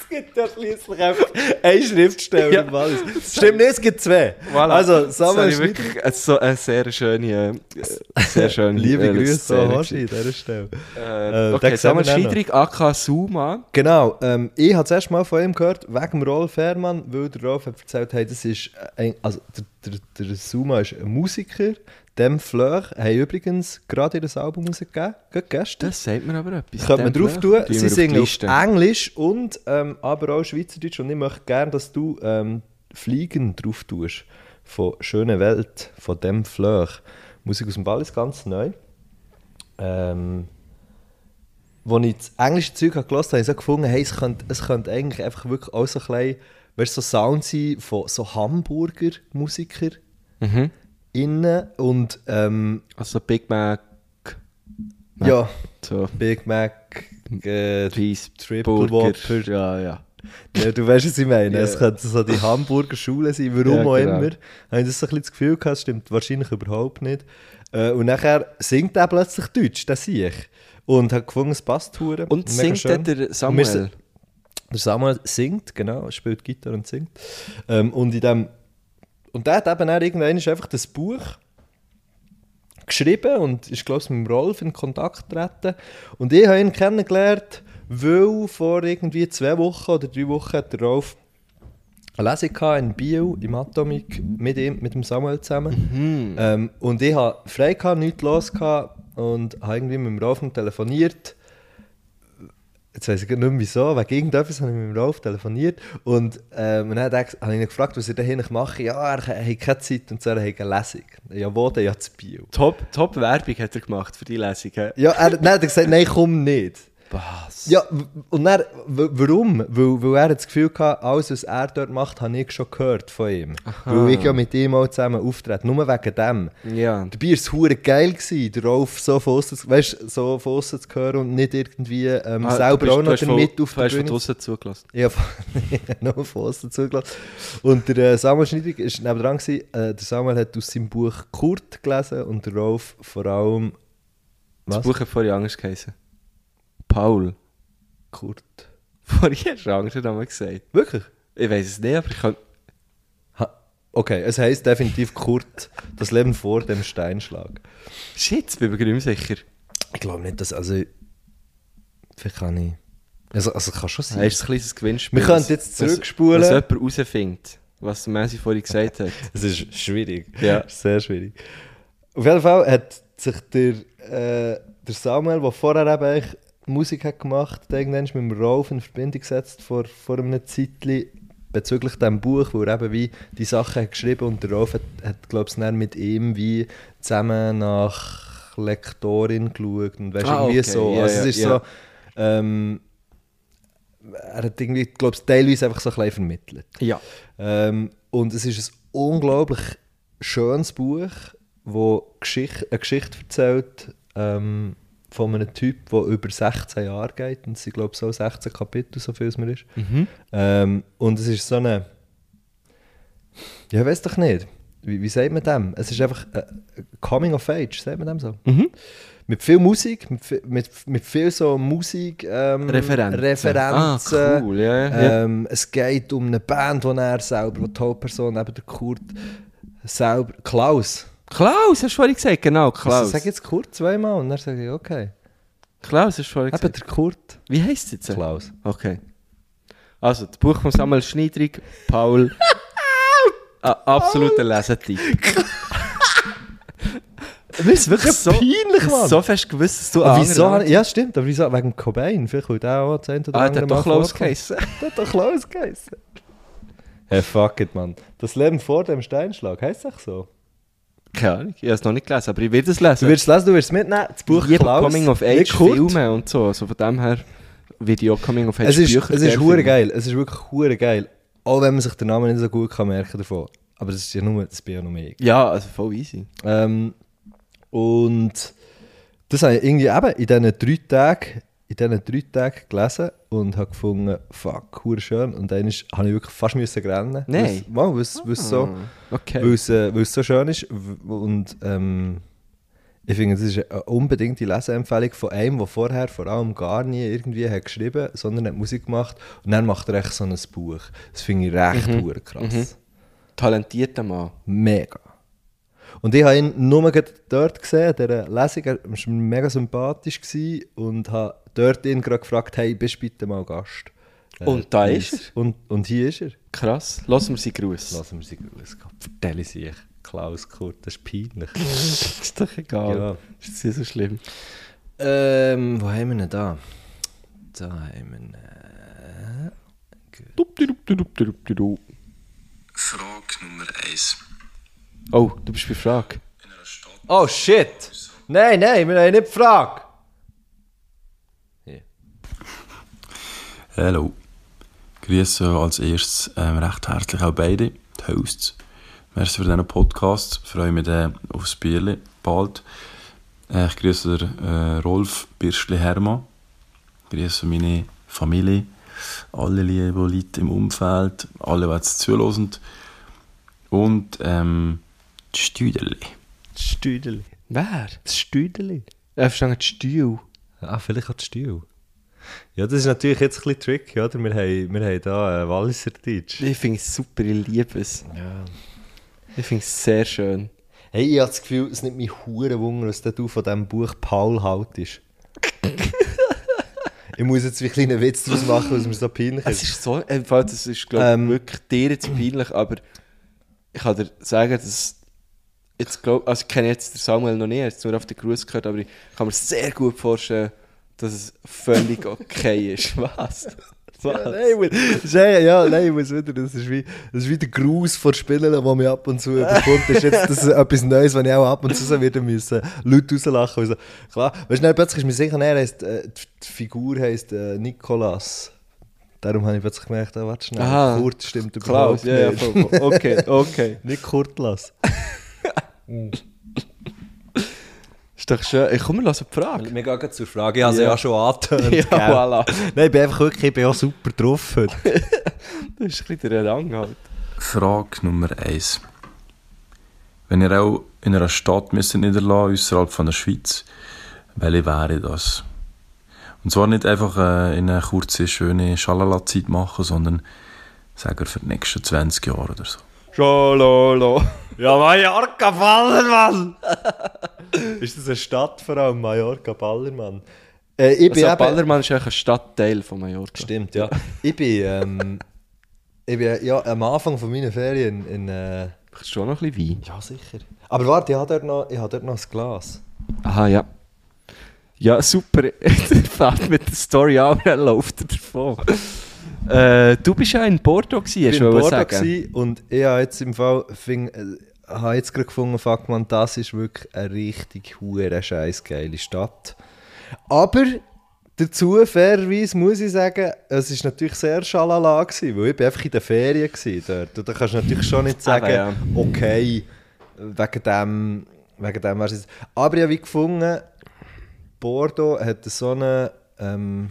gibt schließlich einfach einen Schriftsteller Ja. im Wallis. Stimmt nicht, es gibt zwei. Voilà. Also, Das habe Samuel ich Schneidrig. wirklich also, so eine sehr schöne, äh, sehr schöne Liebe äh, Grüße Szene an gewesen. Hoshi an dieser Stelle. Äh, Äh, okay, den sehen wir Samuel dann noch. Schneidrig, AK Suma. Genau, ähm, ich habe zuerst mal von ihm gehört, wegen dem Rolf Herrmann, weil der Rolf hat erzählt hat, das ist ein, also der, der, der Suma ist ein Musiker, dem Fleur, haben übrigens gerade ihr Album rausgegeben, gerade gestern. Das sagt mir aber etwas. Könnte man Dem drauf Blöch tun tun. wir Sie auf die singen auf Liste. Englisch und ähm, aber auch Schweizerdeutsch. Und ich möchte gerne, dass du ähm, Fliegen drauf tust. Von Schöne Welt, von dem Fleur. Musik aus dem Ball ist ganz neu. Ähm, als ich das englische Zeug habe gehört habe, habe ich so gefunden, hey, es, könnte, es könnte eigentlich einfach wirklich auch so ein bisschen, weißt, du, so Sound sein von so Hamburger Musiker Mhm. innen und ähm, Also Big Mac, ja, so, Big Mac, äh, Cheese, Triple Burger. Whopper. Ja, ja. Ja, du weißt, was ich meine. Ja. Es könnte so die Hamburger Schule sein, warum Ja, auch genau. immer. Habe ich das so ein bisschen das Gefühl gehabt, das stimmt wahrscheinlich überhaupt nicht. Äh, Und nachher singt er plötzlich Deutsch, das sehe ich. Und hat gefunden, es passt hure. Und Mega singt dann schön. der Und wir sind- Samuel. der Samuel singt, genau, spielt Gitarre und singt. Ähm, und in dem und der hat eben auch irgendwann ist einfach das Buch geschrieben und ist, glaube ich, mit dem Rolf in Kontakt getreten. Und ich habe ihn kennengelernt, weil vor irgendwie zwei Wochen oder drei Wochen hat der Rolf eine Lesung gehabt in Bio, im Atomic, mit ihm, mit dem Samuel zusammen. Mhm. Ähm, und ich hatte frei, gehabt, nichts los gehabt, und habe irgendwie mit dem Rolf noch telefoniert. Jetzt weiß ich gerade nicht mehr wieso, wegen irgendetwas habe ich mit dem Rolf telefoniert und ähm, und dann hat er ges- habe ich ihn gefragt, was er da hinten mache. Ja, er ke- hat keine Zeit und so, er hat eine Lesung. Ja, wo denn? Ja, zu Bio. Top, Top Werbung hat er gemacht für die Lesung. hä? Ja, er, dann hat er gesagt, nein, komm nicht. Was? Ja, w- und dann, w- warum? Weil, weil er das Gefühl hatte, alles, was er dort macht, habe ich schon gehört von ihm. Weil ich ja mit ihm auch zusammen auftrete, nur wegen dem. Ja. Dabei war es hure geil, gewesen, darauf so von aussen zu- weißt, so von aussen zu hören und nicht irgendwie ähm, selber auch noch damit auf der Hast der Ah, du Bühne draussen zugelassen? Ich habe noch von außen zugelassen. Und der äh, Samuel Schneidrig war nebenan. gewesen. Äh, der Samuel hat aus seinem Buch Kurt gelesen und der Rolf vor allem. Das Was? Buch hat vorher anders geheißen. Paul. Kurt. Vorher hast du einen anderen Namen gesagt. Wirklich? Ich weiß es nicht, aber ich kann... Ha. Okay, es heisst definitiv Kurt, das Leben vor dem Steinschlag. Shit, jetzt bin ich mir nicht mehr sicher. Ich glaube nicht, dass. Also, Vielleicht kann ich. Also, also kann schon sein. Das ist ein kleines Gewinnspiel. Wir können jetzt Was- zurückspulen. Was jemand herausfindet, was der Messi vorhin gesagt hat. Es ist schwierig. Ja. Es ist Sehr schwierig. Auf jeden Fall hat sich der, äh, der Samuel, der vorher eben eigentlich Musik hat gemacht hat, irgendwann ist mit dem Rolf in Verbindung gesetzt vor, vor einem Zeitchen bezüglich dem Buch, wo er eben wie die Sachen hat geschrieben und der Rolf hat, hat glaube ich, dann mit ihm wie zusammen nach Lektorin geschaut und weißt, Ah, irgendwie okay. so. Ja, also ja, es ist ja. so... Ähm, er hat irgendwie, glaube ich, teilweise einfach so ein bisschen vermittelt. Ja. Ähm, und es ist ein unglaublich schönes Buch, wo Geschicht, eine Geschichte erzählt ähm, von einem Typ, der über 16 Jahre geht. Und es sind, glaube ich, so 16 Kapitel, so viel es mir ist. Ähm, und es ist so eine. Ja, weiß doch nicht. Wie, wie sagt man dem? Es ist einfach äh, Coming of Age, sagt man dem so. Mhm. Mit viel Musik, mit, vi- mit, mit viel so Musik. Ähm, Mhm. Referenzen. Referenzen. Ah, cool, ja, ja, ja. Ähm, es geht um eine Band, die er selber, die Hauptperson, eben der Kurt, selber. Klaus. Klaus, hast du vorhin gesagt, genau, Klaus. Klaus. Sag jetzt Kurt zweimal und dann sage ich, okay. Klaus hast du vorhin Eben gesagt. der Kurt. Wie heisst es jetzt? Klaus. Okay. Also, das Buch von Samuel Schneidrig, Paul. Ein absoluter Lesetipp. Das ist wirklich so- peinlich, Mann. so fest gewusst, dass du Aber einen wieso? anderen- habe ich- Ja, stimmt, aber wieso? Wegen Cobain. Vielleicht wird er auch das eine oder Ah, der andere hat doch Mal Klaus vorkommen. geheissen. Der hat doch Klaus geheißen. Hey, fuck it, Mann. Das Leben vor dem Steinschlag, heisst das so? Keine Ahnung, ich habe es noch nicht gelesen, aber ich werde es lesen. Du wirst es lesen, du wirst es mitnehmen. Das Buch Lieber Klaus. Coming of nicht Age Kurt. Filme und so. Also von dem her werde ich auch Coming of Age Es ist, Bücher es ist gerne hure finden. geil. Es ist wirklich hure geil. Auch wenn man sich den Namen nicht so gut kann merken davon. Aber das ist ja nur, das bin ja nur ich. Ja, also voll easy. Ähm, und das habe ich irgendwie eben in diesen drei Tagen, in diesen drei Tagen gelesen und habe gefunden, fuck, hure schön. Und dann ist, habe ich wirklich fast müssen rennen. Nein. Ah. Wow, weil es weil es so, Okay. weil es, äh, weil es so schön ist. W- Und ähm, ich finde, das ist eine unbedingte Leseempfehlung von einem, der vorher vor allem gar nie irgendwie hat geschrieben, sondern hat Musik gemacht. Und dann macht er echt so ein Buch. Das finde ich recht Mhm. hure krass. Talentierter Mann. Mega. Und ich habe ihn nur gerade dort gesehen, an dieser Lesung. Er war mir mega sympathisch gewesen und habe dort ihn gerade gefragt, hey, bist du bitte mal Gast? Äh, Und da hier ist Und, und hier ist er. Krass. Lass mir seinen Gruß. Lassen wir sie grüßen. Vertelle sie ich. Klaus Kurt, das ist peinlich. Ist doch egal. Ja. Ist nicht so schlimm. ähm, wo haben wir ihn da? Da haben wir ihn. Frage Nummer 1. Oh, du bist bei Frage. In einer Stadt Oh shit! Nein, nein, wir haben nicht gefragt. Hallo. Grüße als erstes ähm, recht herzlich auch beide, die Hosts. Merci für diesen Podcast. Freue mich dann aufs Bierli bald. Äh, ich grüße den, äh, Rolf Birschli Hermann. Grüße meine Familie, alle lieben Leute im Umfeld, alle, die jetzt zuhören. Und ähm, die Stüderli. Das Stüdeli. Wer? Das Stüdeli. Er versteht Stil. Ah, vielleicht auch das Stil. Ja, das ist natürlich jetzt ein bisschen tricky, oder? Wir haben, wir haben da äh, Walliser Deutsch. Ich finde es super, ich liebe es. Ja. Ich finde es sehr schön. Hey, ich habe das Gefühl, es nimmt mich hure Wunder, was du von diesem Buch Paul haltest. ich muss jetzt wie einen kleinen Witz draus machen, weil es mir so peinlich Es ist. ist so, im Fall, das ist glaube ich Ähm. wirklich dir jetzt peinlich, aber ich kann dir sagen, dass jetzt glaub, also ich kenne jetzt den Samuel noch nicht, jetzt nur auf den Gruß gehört, aber ich kann mir sehr gut vorstellen, dass es völlig okay ist. Was? Was? Ja, nein, ich muss- Ist eh- ja, nein, ich muss wieder. Das ist wie, das ist wie der Gruß von Spielen, der mich ab und zu überkommt. Das ist jetzt das ist etwas Neues, wenn ich auch ab und zu so wieder müssen, Leute rauslachen müssen. Klar, weißt du, nein, plötzlich ist mir sicher, er heisst, äh, die die Figur heisst äh, Nikolas. Darum habe ich plötzlich gemerkt, ah, warte schnell, Aha. Kurt stimmt Klaus, überhaupt ja, ja, nicht. voll, voll. okay, okay. Nicht Kurtlas. Ist doch schön. Ich komme, lass eine Frage. Also, Wir gehen gleich zur Frage. Ich habe sie Ja. ja schon angetönt. Ja, gell? voilà. Nein, ich bin einfach wirklich ich bin auch super drauf heute. Das ist ein bisschen der Rang halt. Frage Nummer 1. Wenn ihr auch in einer Stadt müsst niederlassen außerhalb von der Schweiz, welche wäre das? Und zwar nicht einfach äh, in eine kurze, schöne Schalala-Zeit machen, sondern sagen wir für die nächsten 20 Jahre oder so. Schalala. Ja, Mallorca Ballermann! ist das eine Stadt vor allem, Mallorca Ballermann? Äh, ich bin Also, eben- Ballermann ist eigentlich ein Stadtteil von Mallorca. Stimmt, ja. ich bin, ähm, ich bin ja, am Anfang von meiner Ferien in... Ah, in äh, Du hast schon noch ein bisschen Wein. ja, sicher. Aber warte, ich habe dort noch, ich habe dort noch ein Glas. Aha, ja. Ja, super. Er fährt mit der Story an, aber er läuft er davon. Äh, du bist ja in Porto gewesen, hast Ich du war in wollen Bordeaux sagen. gewesen und ich habe jetzt im Fall fing, äh, habe jetzt gerade gefunden, fuck man, das ist wirklich eine richtig hure scheiß geile Stadt. Aber dazu fairerweise muss ich sagen, es ist natürlich sehr schalala gewesen, weil ich bin einfach in den Ferien gewesen dort. Und da kannst du natürlich schon nicht sagen, ja. okay, wegen dem, wegen dem wär's jetzt. Aber ich habe wie gefunden, Bordeaux hat so eine ähm,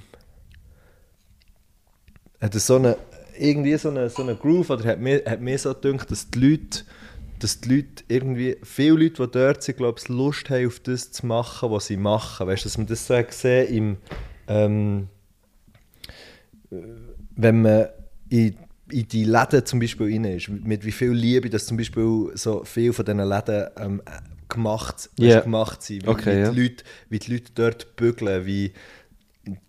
hat so eine, irgendwie so eine, so eine Groove, oder hat mir, hat mir so gedacht, dass die Leute, dass die Leute irgendwie, viele Leute, die dort sind, glaube ich, Lust haben, auf das zu machen, was sie machen. Weißt du, dass man das so gesehen im, ähm, äh, wenn man in, in die Läden zum Beispiel rein ist, mit wie viel Liebe, dass zum Beispiel so viel von diesen Läden ähm, äh, gemacht, weißt du, Ja. gemacht sind, wie, Okay, wie, ja. die Leute, wie die Leute dort bügeln, wie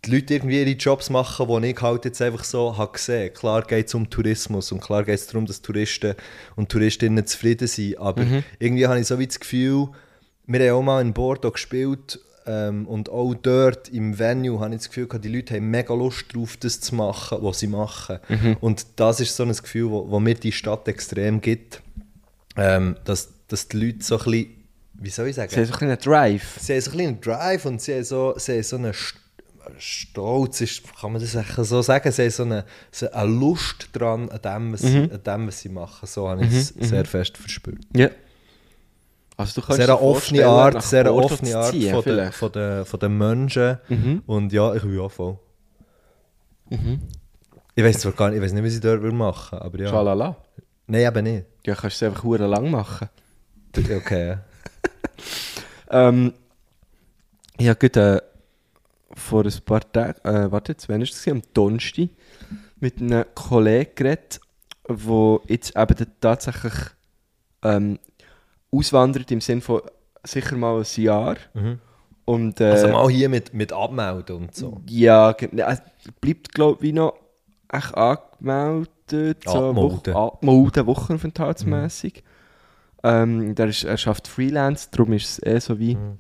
die Leute irgendwie ihre Jobs machen, die ich halt jetzt einfach so habe gesehen. Klar geht es um Tourismus und klar geht es darum, dass Touristen und Touristinnen zufrieden sind, aber Mhm. irgendwie habe ich so wie das Gefühl, wir haben auch mal in Bordeaux gespielt ähm, und auch dort im Venue habe ich das Gefühl gehabt, die Leute haben mega Lust drauf, das zu machen, was sie machen. Mhm. Und das ist so ein Gefühl, wo, wo mir die Stadt extrem gibt, ähm, dass, dass die Leute so ein bisschen, wie soll ich sagen? Sie haben so ein bisschen einen Drive. sie haben so ein bisschen einen Drive und sie haben so, sie haben so einen St- Stolz, ist, kann man das echt so sagen, sie haben so eine, so eine Lust dran, an dem, was, Mhm. sie, an dem, was sie machen. So habe ich es sehr fest verspürt. Ja. Also Mhm, du kannst Sehr dir eine offene vorstellen, Art, nach sehr eine Porto offene zu Art ziehen, von den, vielleicht. Mhm. von den, von den Menschen. Und ja, ich will auch voll. Ich weiß zwar gar nicht, ich weiß nicht, wie sie dort würden machen, aber ja. Schalala. Nein, eben nicht. Ja, kannst du es einfach hure lang machen. Okay. ja. Ähm, ich habe gerade äh, vor ein paar Tagen, äh, warte jetzt, wann war das? Am Donnerstag mit einem Kollegen geredet, der jetzt eben da- tatsächlich ähm, auswandert im Sinne von sicher mal ein Jahr. Und, äh, Also mal hier mit, mit Abmelden und so. ja, ge- ne, es bleibt, glaube ich, noch echt angemeldet. So Angemeldet. Mhm. Woche, angemeldet, wochenaufenthaltsmässig. Ähm, der ist, er schafft Freelance, darum ist es eh so wie, Mhm.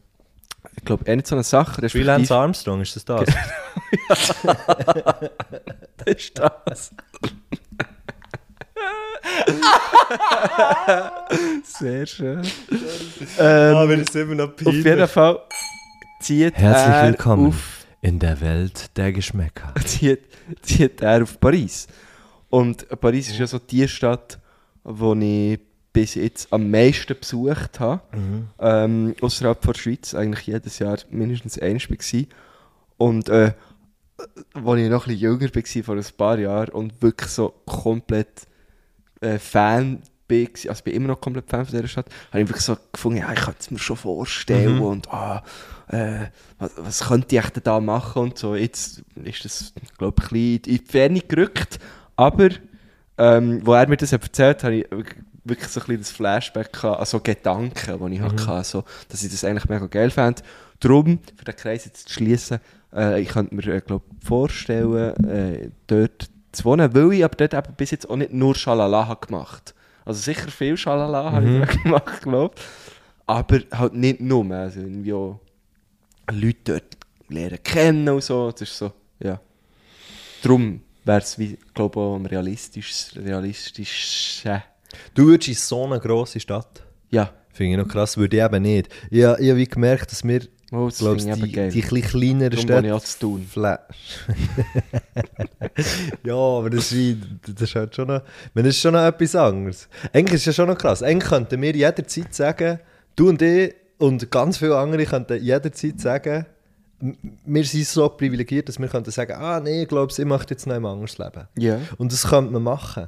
ich glaube, eh nicht so eine Sache. respektive- Freelance Armstrong, ist das das? ist das. Sehr schön. Ah, Ähm, Aber es ist immer noch Auf jeden Fall zieht Herzlich er willkommen. auf In der Welt der Geschmäcker. zieht, zieht er auf Paris. Und Paris ist ja so die Stadt, die ich bis jetzt am meisten besucht habe. Ähm, außerhalb der Schweiz, eigentlich jedes Jahr mindestens eins war. Und äh, als ich noch ein bisschen jünger war, vor ein paar Jahren, und wirklich so komplett äh, Fan bin, gewesen, also ich bin immer noch komplett Fan von dieser Stadt, habe ich wirklich so gefunden, ja, ich könnte es mir schon vorstellen und ah, äh, was, was könnte ich echt da machen und so. Jetzt ist das, glaube ich, ein bisschen in die Ferne gerückt, aber ähm, wo er mir das hat erzählt hat, habe ich wirklich so ein bisschen das Flashback gehabt, also Gedanken, die ich hatte, so, dass ich das eigentlich mega geil fand. Darum, für den Kreis jetzt zu schließen, äh, ich könnte mir, äh, glaube vorstellen, äh, dort zu wohnen, weil ich aber dort eben bis jetzt auch nicht nur Schalala habe gemacht Also sicher viel Schalala habe ich gemacht, glaube Aber halt nicht nur, also irgendwie auch Leute dort lernen kennen und so, das ist so, ja. Darum wäre es, glaube ich, auch am realistischsten, realistischsten, Du würdest in so eine grosse Stadt. ja. Finde ich noch krass, würde ich eben nicht. Ich, ha- ich habe wie gemerkt, dass wir, Oh, das glaubst, finde ich die, eben geil. die chli kleineren Darum wohne Städte... ich auch zu Thun. Fla- ja, aber das ist, wie- das ist halt schon noch, wenn es schon noch etwas anderes. Eigentlich ist es ja schon noch krass. Eigentlich könnten wir jederzeit sagen, du und ich und ganz viele andere könnten jederzeit sagen, m- wir sind so privilegiert, dass wir könnten sagen, ah nee, ich glaube, ich möchte jetzt noch ein anderes Leben. Ja. Und das könnte man machen.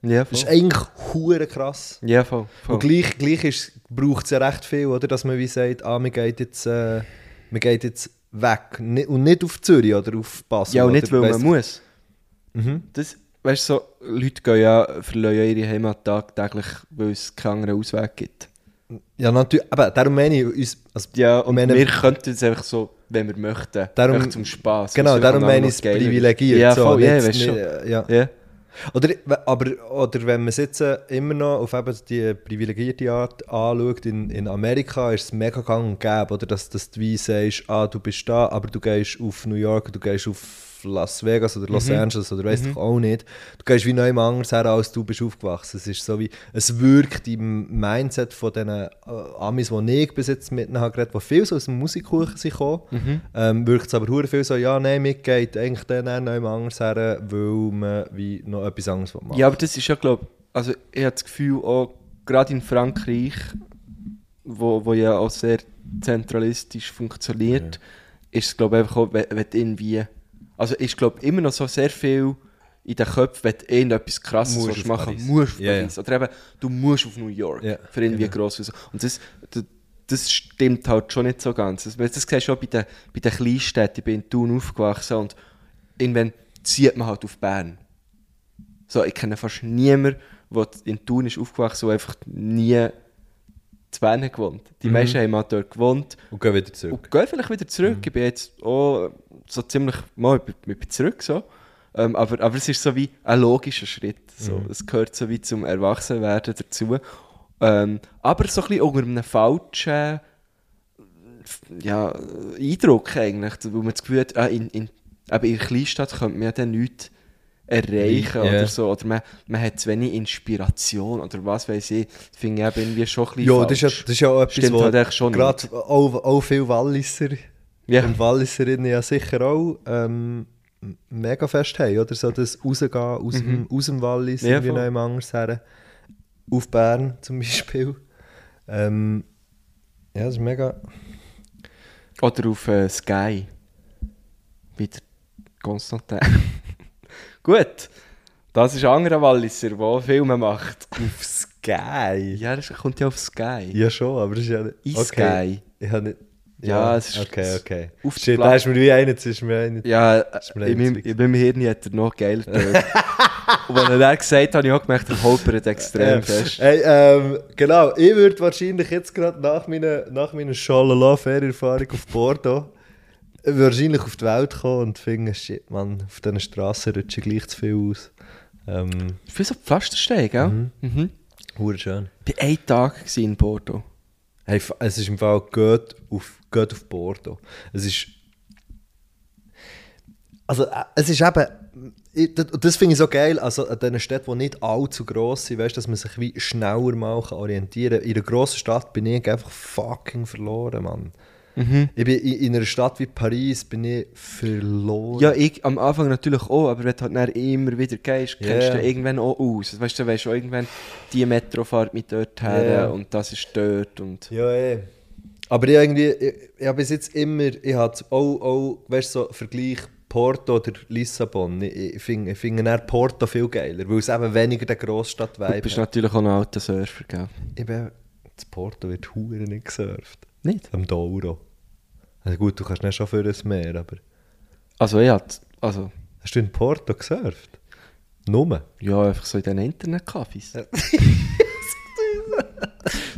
Ja, voll. Das ist eigentlich hure krass. Ja, voll. voll. Und gleich, gleich ist, braucht es ja recht viel, oder? Dass man wie sagt, ah, man geht jetzt, äh, man geht jetzt weg. Ni- Und nicht auf Zürich oder auf Basel. Ja, und oder nicht, weil man weiss- muss. Mhm. Das, weißt du, so, Leute gehen ja, verlieren ja ihre Heimat tagtäglich, weil es keinen anderen Ausweg gibt. Ja, ah, natürlich. Aber darum meine ich uns. Also, Ja, und meine, wir könnten es einfach so, wenn wir möchten, Darum- einfach zum Spass. genau, Was darum wir meine noch ich es geiler- privilegiert. Ja, so, voll, ja, nicht- weißt schon. nicht- eh, Ja. Ja. Oder, aber, oder wenn man es jetzt äh, immer noch auf eben die privilegierte Art anschaut, in, in Amerika ist es mega gang und gäbe, oder? Dass, dass du wie sagst, ah, du bist da, aber du gehst auf New York, du gehst auf Las Vegas oder Los Angeles oder weiss ich auch nicht. Du gehst wie neu anders her, als du bist aufgewachsen. Es ist so wie, es wirkt im Mindset von den äh, Amis, die ich bis jetzt mit ihnen habe geredet habe, die viel so aus dem Musikkuchen sind gekommen, ähm, wirkt es aber hure viel so, ja, nein, mir geht eigentlich dann auch neu anders her, weil man wie noch etwas anderes machen will. Ja, aber das ist ja, glaube also ich habe das Gefühl, auch gerade in Frankreich, wo, wo ja auch sehr zentralistisch funktioniert, ist es, glaube ich, einfach auch, wenn, wenn du irgendwie, also ist, glaube immer noch so sehr viel in den Köpfen, wenn du irgendetwas Krasses Musst willst auf machen Paris. musst auf Ja, ja. Paris. Oder eben, du musst auf New York, Ja, für irgendwie genau. gross raus. Und das, das, das stimmt halt schon nicht so ganz. Das, das siehst du auch bei den, bei den Kleinstädten, ich bin in Thun aufgewachsen und irgendwann zieht man halt auf Bern. So, ich kenne fast niemanden, der in Thun ist aufgewachsen und einfach nie zu Bern hat gewohnt. Mhm. Die meisten haben mal dort gewohnt Und gehen wieder zurück. Mhm. und gehen vielleicht wieder zurück. Ich bin jetzt auch so ziemlich mal ich bin- ich bin zurück. So. Ähm, aber, aber es ist so wie ein logischer Schritt. So. Mhm. Es gehört so wie zum Erwachsenwerden dazu. Ähm, aber so ein bisschen unter einem falschen ja, Eindruck eigentlich, weil man das Gefühl hat, ah, in, in, aber in der Kleinstadt könnte man ja dann nichts erreichen Ja. oder so. Oder man, man hat zu wenig Inspiration oder was weiß ich. Das finde ich eben irgendwie schon ein bisschen Ja, das ist ja, falsch. das ist ja auch etwas, Stimmt wo halt eigentlich schon gerade auch, auch viele Walliser Ja. und Walliserinnen ja sicher auch ähm, m- mega fest haben, oder? So das Rausgehen aus, dem, aus dem Wallis, Mhm. Ja, irgendwie voll. noch anders her, auf Bern zum Beispiel. Ähm, ja, das ist mega... Oder auf äh, Sky. Wieder Konstantin. Gut. Das ist ein anderer Walliser, der auch Filme macht. Auf Sky? Ja, das kommt ja auf Sky. Ja schon, aber das ist ja... In Sky. Ich habe nicht... Ja, es ist- Okay, okay. auf der Shit, Platte. da ist mir wie einer, das ist mir einer... Ja, ist ja mir in, meinem, leid. in meinem Hirn hat er noch geiler getönt. Und wenn er das gesagt hat, habe ich auch gemerkt, er holpert extrem Ähm, fest. Hey, ähm, genau, ich würde wahrscheinlich jetzt gerade nach meiner, nach meiner Schalala-Fair-Erfahrung auf Bordeaux äh, wahrscheinlich auf die Welt kommen und finden, shit, man, auf diesen Strassen rutschen gleich zu viel aus. Ähm, Für so Pflasterstein, gell? Mhm. Hure schön. Ich war einen Tag gewesen in Porto. Hey, f- es ist im Fall, geht auf, geht auf Bordeaux. Es ist. Also, äh, es ist eben. ich- das- Und das finde ich so geil, also an diesen Städten, die nicht allzu gross sind, weißt, dass man sich wie schneller mal kann orientieren kann. In einer grossen Stadt bin ich einfach fucking verloren, Mann. Ich bin in, in einer Stadt wie Paris bin ich verloren. Ja, ich am Anfang natürlich auch, aber wenn du halt dann immer wieder gehst, kennst Ja. du irgendwann auch aus. Weißt du, weißt du auch irgendwann, die Metro fährt mit dort her Ja. und das ist dort und... Ja, eh. Aber ich irgendwie, ich, ich habe bis jetzt immer, ich hatte auch, auch weißt, so Vergleich Porto oder Lissabon. Ich, ich finde ich find eher Porto viel geiler, weil es eben weniger der Du Grossstadt-Vibe bist hat. natürlich auch ein alter Surfer, gell? Ich bin, das Porto wird hure nicht gesurft. Nicht? Am Douro. Also gut, du kannst nicht schon für das Meer, aber Also ja, also... hast du in Porto gesurft? Nur? Ja, einfach so in den Internet-Cafés.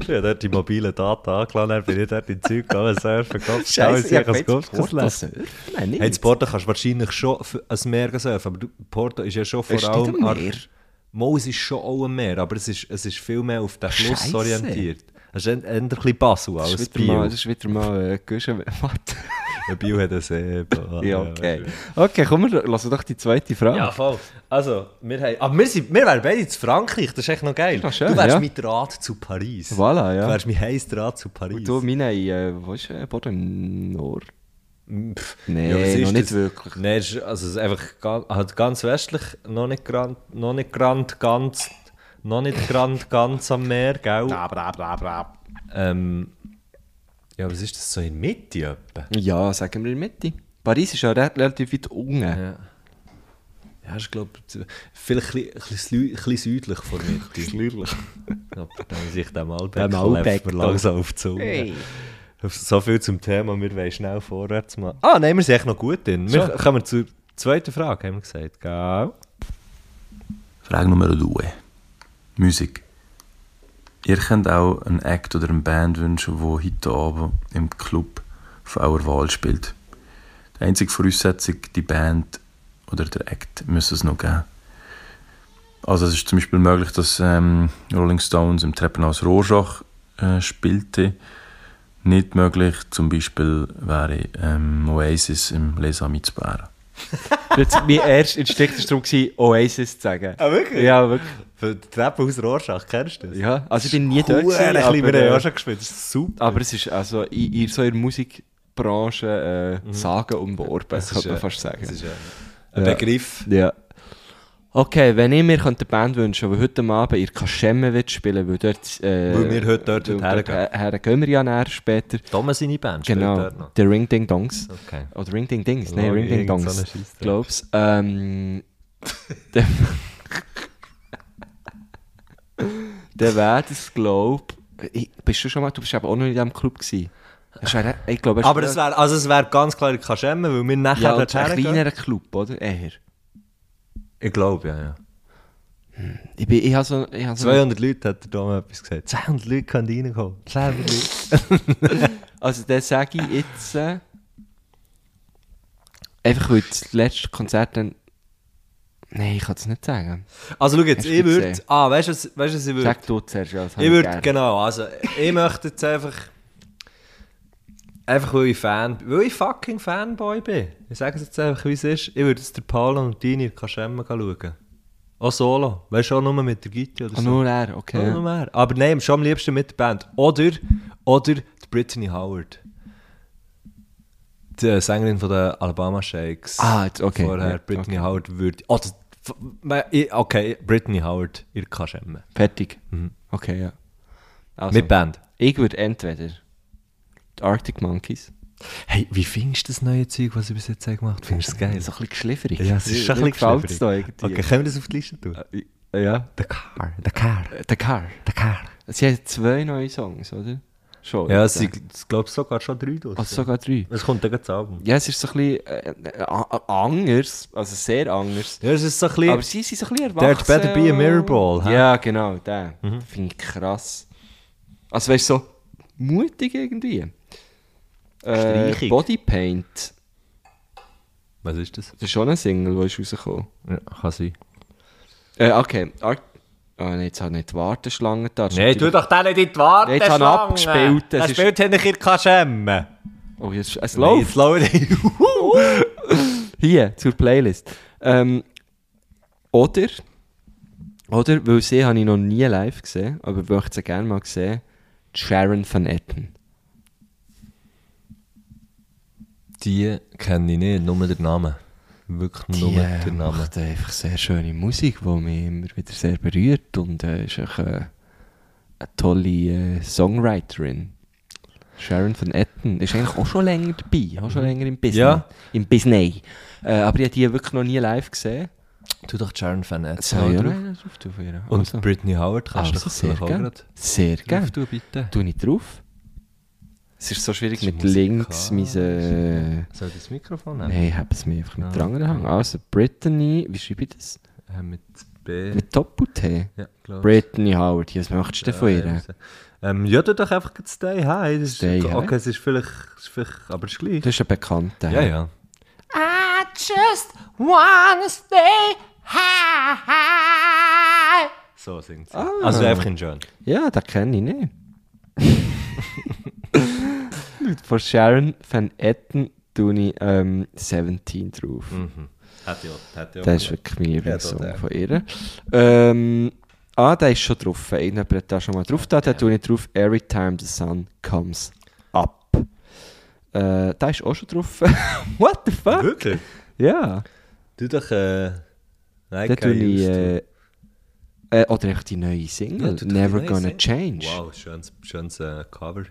Ja, dort die mobile Daten angeladen, dann bin ich dort in Zeug gegangen, surfen, Kopf, surfen? Nein, Hey, in Porto kannst du wahrscheinlich schon f- ein Meer surfen, aber du, Porto ist ja schon vor Es ist nicht allem... am an- Meer. Mo, es ist schon auch ein Meer, aber es ist, es ist viel mehr auf den Fluss Scheisse. orientiert. Es ist eher eher ein bisschen Basel Das ist als wieder mal, Bio. das ist wieder mal äh, Guschen. Warte. Ja, Bio hat ein See. bla, Ja, okay. Okay, komm, wir lassen doch die zweite Frage. Ah, Ja, voll. Also, wir haben... Aber wir, sind, wir wären beide zu Frankreich, das ist echt noch geil. Ist noch schön, du wärst ja. mein Draht zu Paris. Voilà, ja. Du wärst mein heiß Draht zu Paris. Und du, meine, äh, wo ist äh, Boden? Im Nord? Pff, Nee, was ist noch nicht das? wirklich. Nee, das ist, also es ist einfach ganz, halt ganz westlich, noch nicht grand, noch nicht grand, ganz, noch nicht grand, ganz am Meer, gell? Ähm, ja, was ist das so in der Mitte etwa? Ja, sagen wir in der Mitte. Paris ist ja re- relativ weit unten. Ja. Ja, ich glaube, vielleicht ein bisschen, ein bisschen südlich von der Mitte. Südlich. Ja, dann sich dem Albeck Dem Albeck läuft mir da. langsam auf die Zunge. So viel zum Thema, wir wollen schnell vorwärts machen. Ah, nein, wir sind echt noch gut drin. Wir kommen zur zweiten Frage, haben wir gesagt, gell? Frage Nummer 2. Musik. Ihr könnt auch einen Act oder eine Band wünschen, die heute Abend im Club von eurer Wahl spielt. Die einzige Voraussetzung, die Band oder der Act müssen es noch geben. Also es ist zum Beispiel möglich, dass ähm, Rolling Stones im Treppenhaus Rorschach äh, spielte. Nicht möglich zum Beispiel wäre ähm, Oasis im Les Amis zu Bern. Jetzt, mein erster Instinkt war darum, gewesen, Oasis zu sagen. Ah, wirklich? Ja, wirklich. Für die Treppe aus Rorschach, kennst du das? Ja, also ich bin nie dort. Huere, gewesen, ein bisschen, aber, wir haben äh, ja schon gespielt, das ist super. Aber es ist also in, in so einer Musikbranche äh, Sagen umworben, könnte man fast sagen. Das ist ein, ein Ja. Begriff. ja. Okay, wenn ich mir könnte eine Band wünschen die heute Abend ihr Kaschemme wird spielen weil dort... Äh, Weil wir heute dort weil hergehen. her- her- gehen wir ja näher später. Thomas seine Band spielt Genau, dort noch. der Ring Ding Dongs. Okay. Oder Ring Ding Dings, nein, Oh, Ring Ding irgend so Dongs. eine Scheissdreck. Glaub's. Ähm, der der wäre das, glaub ich. Bist du schon mal, du bist eben auch noch in diesem Club gewesen. Das wär- Ich glaube, Aber es wäre also es wär ganz klar in Kaschemme, weil wir nachher ja, ein dort hergehen. kleinerer Club, oder? Eher. Ich glaube, ja, ja. Mhm. Ich, bin, ich habe so, ich habe so 200 Leute hat der Dom etwas gesagt. 200 Leute können reinkommen. 200 Leute. Also dann sage ich jetzt... Äh, einfach weil das letzte Konzert dann... Nein, ich kann es nicht sagen. Also schau jetzt, Hast du ich würde... gesehen? Ah, weißt du, was, weißt du, was ich würde? Sag du zuerst, ja, das hab Ich würde, gern. genau, also ich möchte jetzt einfach... Einfach weil ich Fan... Weil ich fucking Fanboy bin. Ich sage es jetzt einfach, wie es ist. Ich würde jetzt den Paolo und Dini in Kaschemme schauen. Auch solo. Weißt du, auch nur mit der Gitti oder Ah, so. nur er, Nur okay. noch mehr. Aber nein, schon am liebsten mit der Band. Oder, oder die Brittany Howard. Die Sängerin von den Alabama Shakes. Ah, jetzt- okay. Vorher Ja, Brittany Howard würde... Oh, das, ich- okay, Brittany Howard, ihr Kaschemme. Fertig. Mhm. Okay, ja. Also, Mit Band. ich würde entweder die Arctic Monkeys. Hey, wie findest du das neue Zeug, was ich bis jetzt gemacht habe? Findest du es geil? So ein bisschen geschliffrig. Ja, es ist schon ein Mir bisschen gefällt's da irgendwie. Okay, können wir das auf die Liste tun? Äh, Ja. The Car, The Car, The Car. The Car. Sie haben zwei neue Songs, oder? Schon. Ja, jetzt, es äh. sind, glaube ich, sogar schon drei durch. Also sogar drei. Es kommt dann gleich das Album. Ja, es ist so ein bisschen äh, äh, a- a- anders, also sehr anders. Ja, es ist so ein bisschen... Aber sie sind so ein bisschen Der erwachsen. hat Better Be a Mirrorball, hä? Ja, genau, der. Finde ich krass. Also weißt du, so mutig irgendwie. Äh, Streichig. Body Paint. was ist das? Das ist schon ein Single, der ist rausgekommen. Ja, kann sein. Äh, okay. Ar oh, nein, jetzt habe ich nicht die Warteschlange da. Das ist Nein, tu natürlich- doch den nicht in die Warte. Nein, jetzt haben wir abgespielt, das Das ist- spielt hinter ihr Kaschemme. Oh, jetzt, es Nein, läuft. jetzt laufen die. Hier, zur Playlist. Ähm, oder, oder, weil sie habe ich noch nie live gesehen, aber ich möchte sie gerne mal sehen, die Sharon Van Etten. Die kenne ich nicht, nur den Namen. Wirklich Die äh, macht äh, einfach sehr schöne Musik, die mich immer wieder sehr berührt und äh, ist auch, äh, eine tolle äh, Songwriterin. Sharon Van Etten ist eigentlich auch schon länger dabei, auch schon länger im Business. Ja. Im Business. Äh, aber ich habe die wirklich noch nie live gesehen. Tu doch Sharon Van Etten Soll ich auch auch drauf. noch drauf tun von ihr? Und Also. Britney Howard kannst du Also, doch sehr vielleicht auch gerne. gerade Sehr gerne. drauf tun, bitte. Tue ich drauf? Es ist so schwierig Das ist mit links, musikalisch. meine... Soll ich das Mikrofon nehmen? Nein, ich habe es mir einfach mit Ah, dran gehangen. Also, Brittany, wie schreibe ich das? Äh, mit B. Mit Doppel-T. ja, glaub ich. Brittany Howard, was möchtest du denn von ihr? Ähm, ja, tu doch einfach gerade Stay High. Das ist- Stay High. Okay, es ist vielleicht, es ist vielleicht aber es ist gleich. Du bist ein Bekannter. Ja, ja. I just wanna stay high. So singt sie. Ah. Also einfach in John. Ja, das kenne ich nicht. von Sharon Van Etten tue ich ähm, 17 drauf. Hätte ja, hätte Mhm. ja. Das ist wirklich mein Lieblingssong der. von ihr. Ähm, ah, der ist schon drauf. Irgendjemand hat da schon mal drauf. Da, da tue ich drauf Every Time the Sun Comes Up. Äh, da ist auch schon drauf. What the fuck? Wirklich? Ja. Du doch, äh... Nein, Da tue keine ich. Used to. Äh, äh, oder echt die neue Single. Ja, tu doch die Never neue Gonna Single. Change. Wow, schönes, schönes äh, Cover.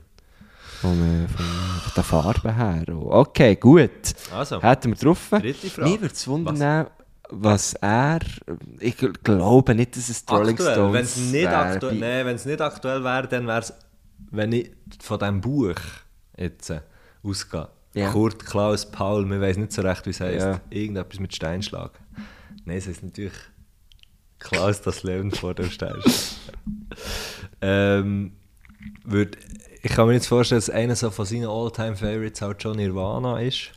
Vom, äh, vom, von der Farbe her. auch. Okay, gut. Also, Hätten wir getroffen. Dritte Frage. Mir würde es wundern, was? er. Ich gl- glaube nicht, dass es die Rolling aktuell, Stones wenn es nicht, wär. aktu Bei- nee, wenn's nicht aktuell wäre, dann wäre es, wenn ich von diesem Buch jetzt äh, ausgehe. Ja. Kurt Klaus Paul, man weiß nicht so recht, wie es heißt. Ja. Irgendetwas mit Steinschlag. Nein, es heißt natürlich Klaus das Leben vor dem Steinschlag. Ähm, würd, ich kann mir jetzt vorstellen, dass einer so von seinen All-Time-Favorites halt schon Nirvana ist.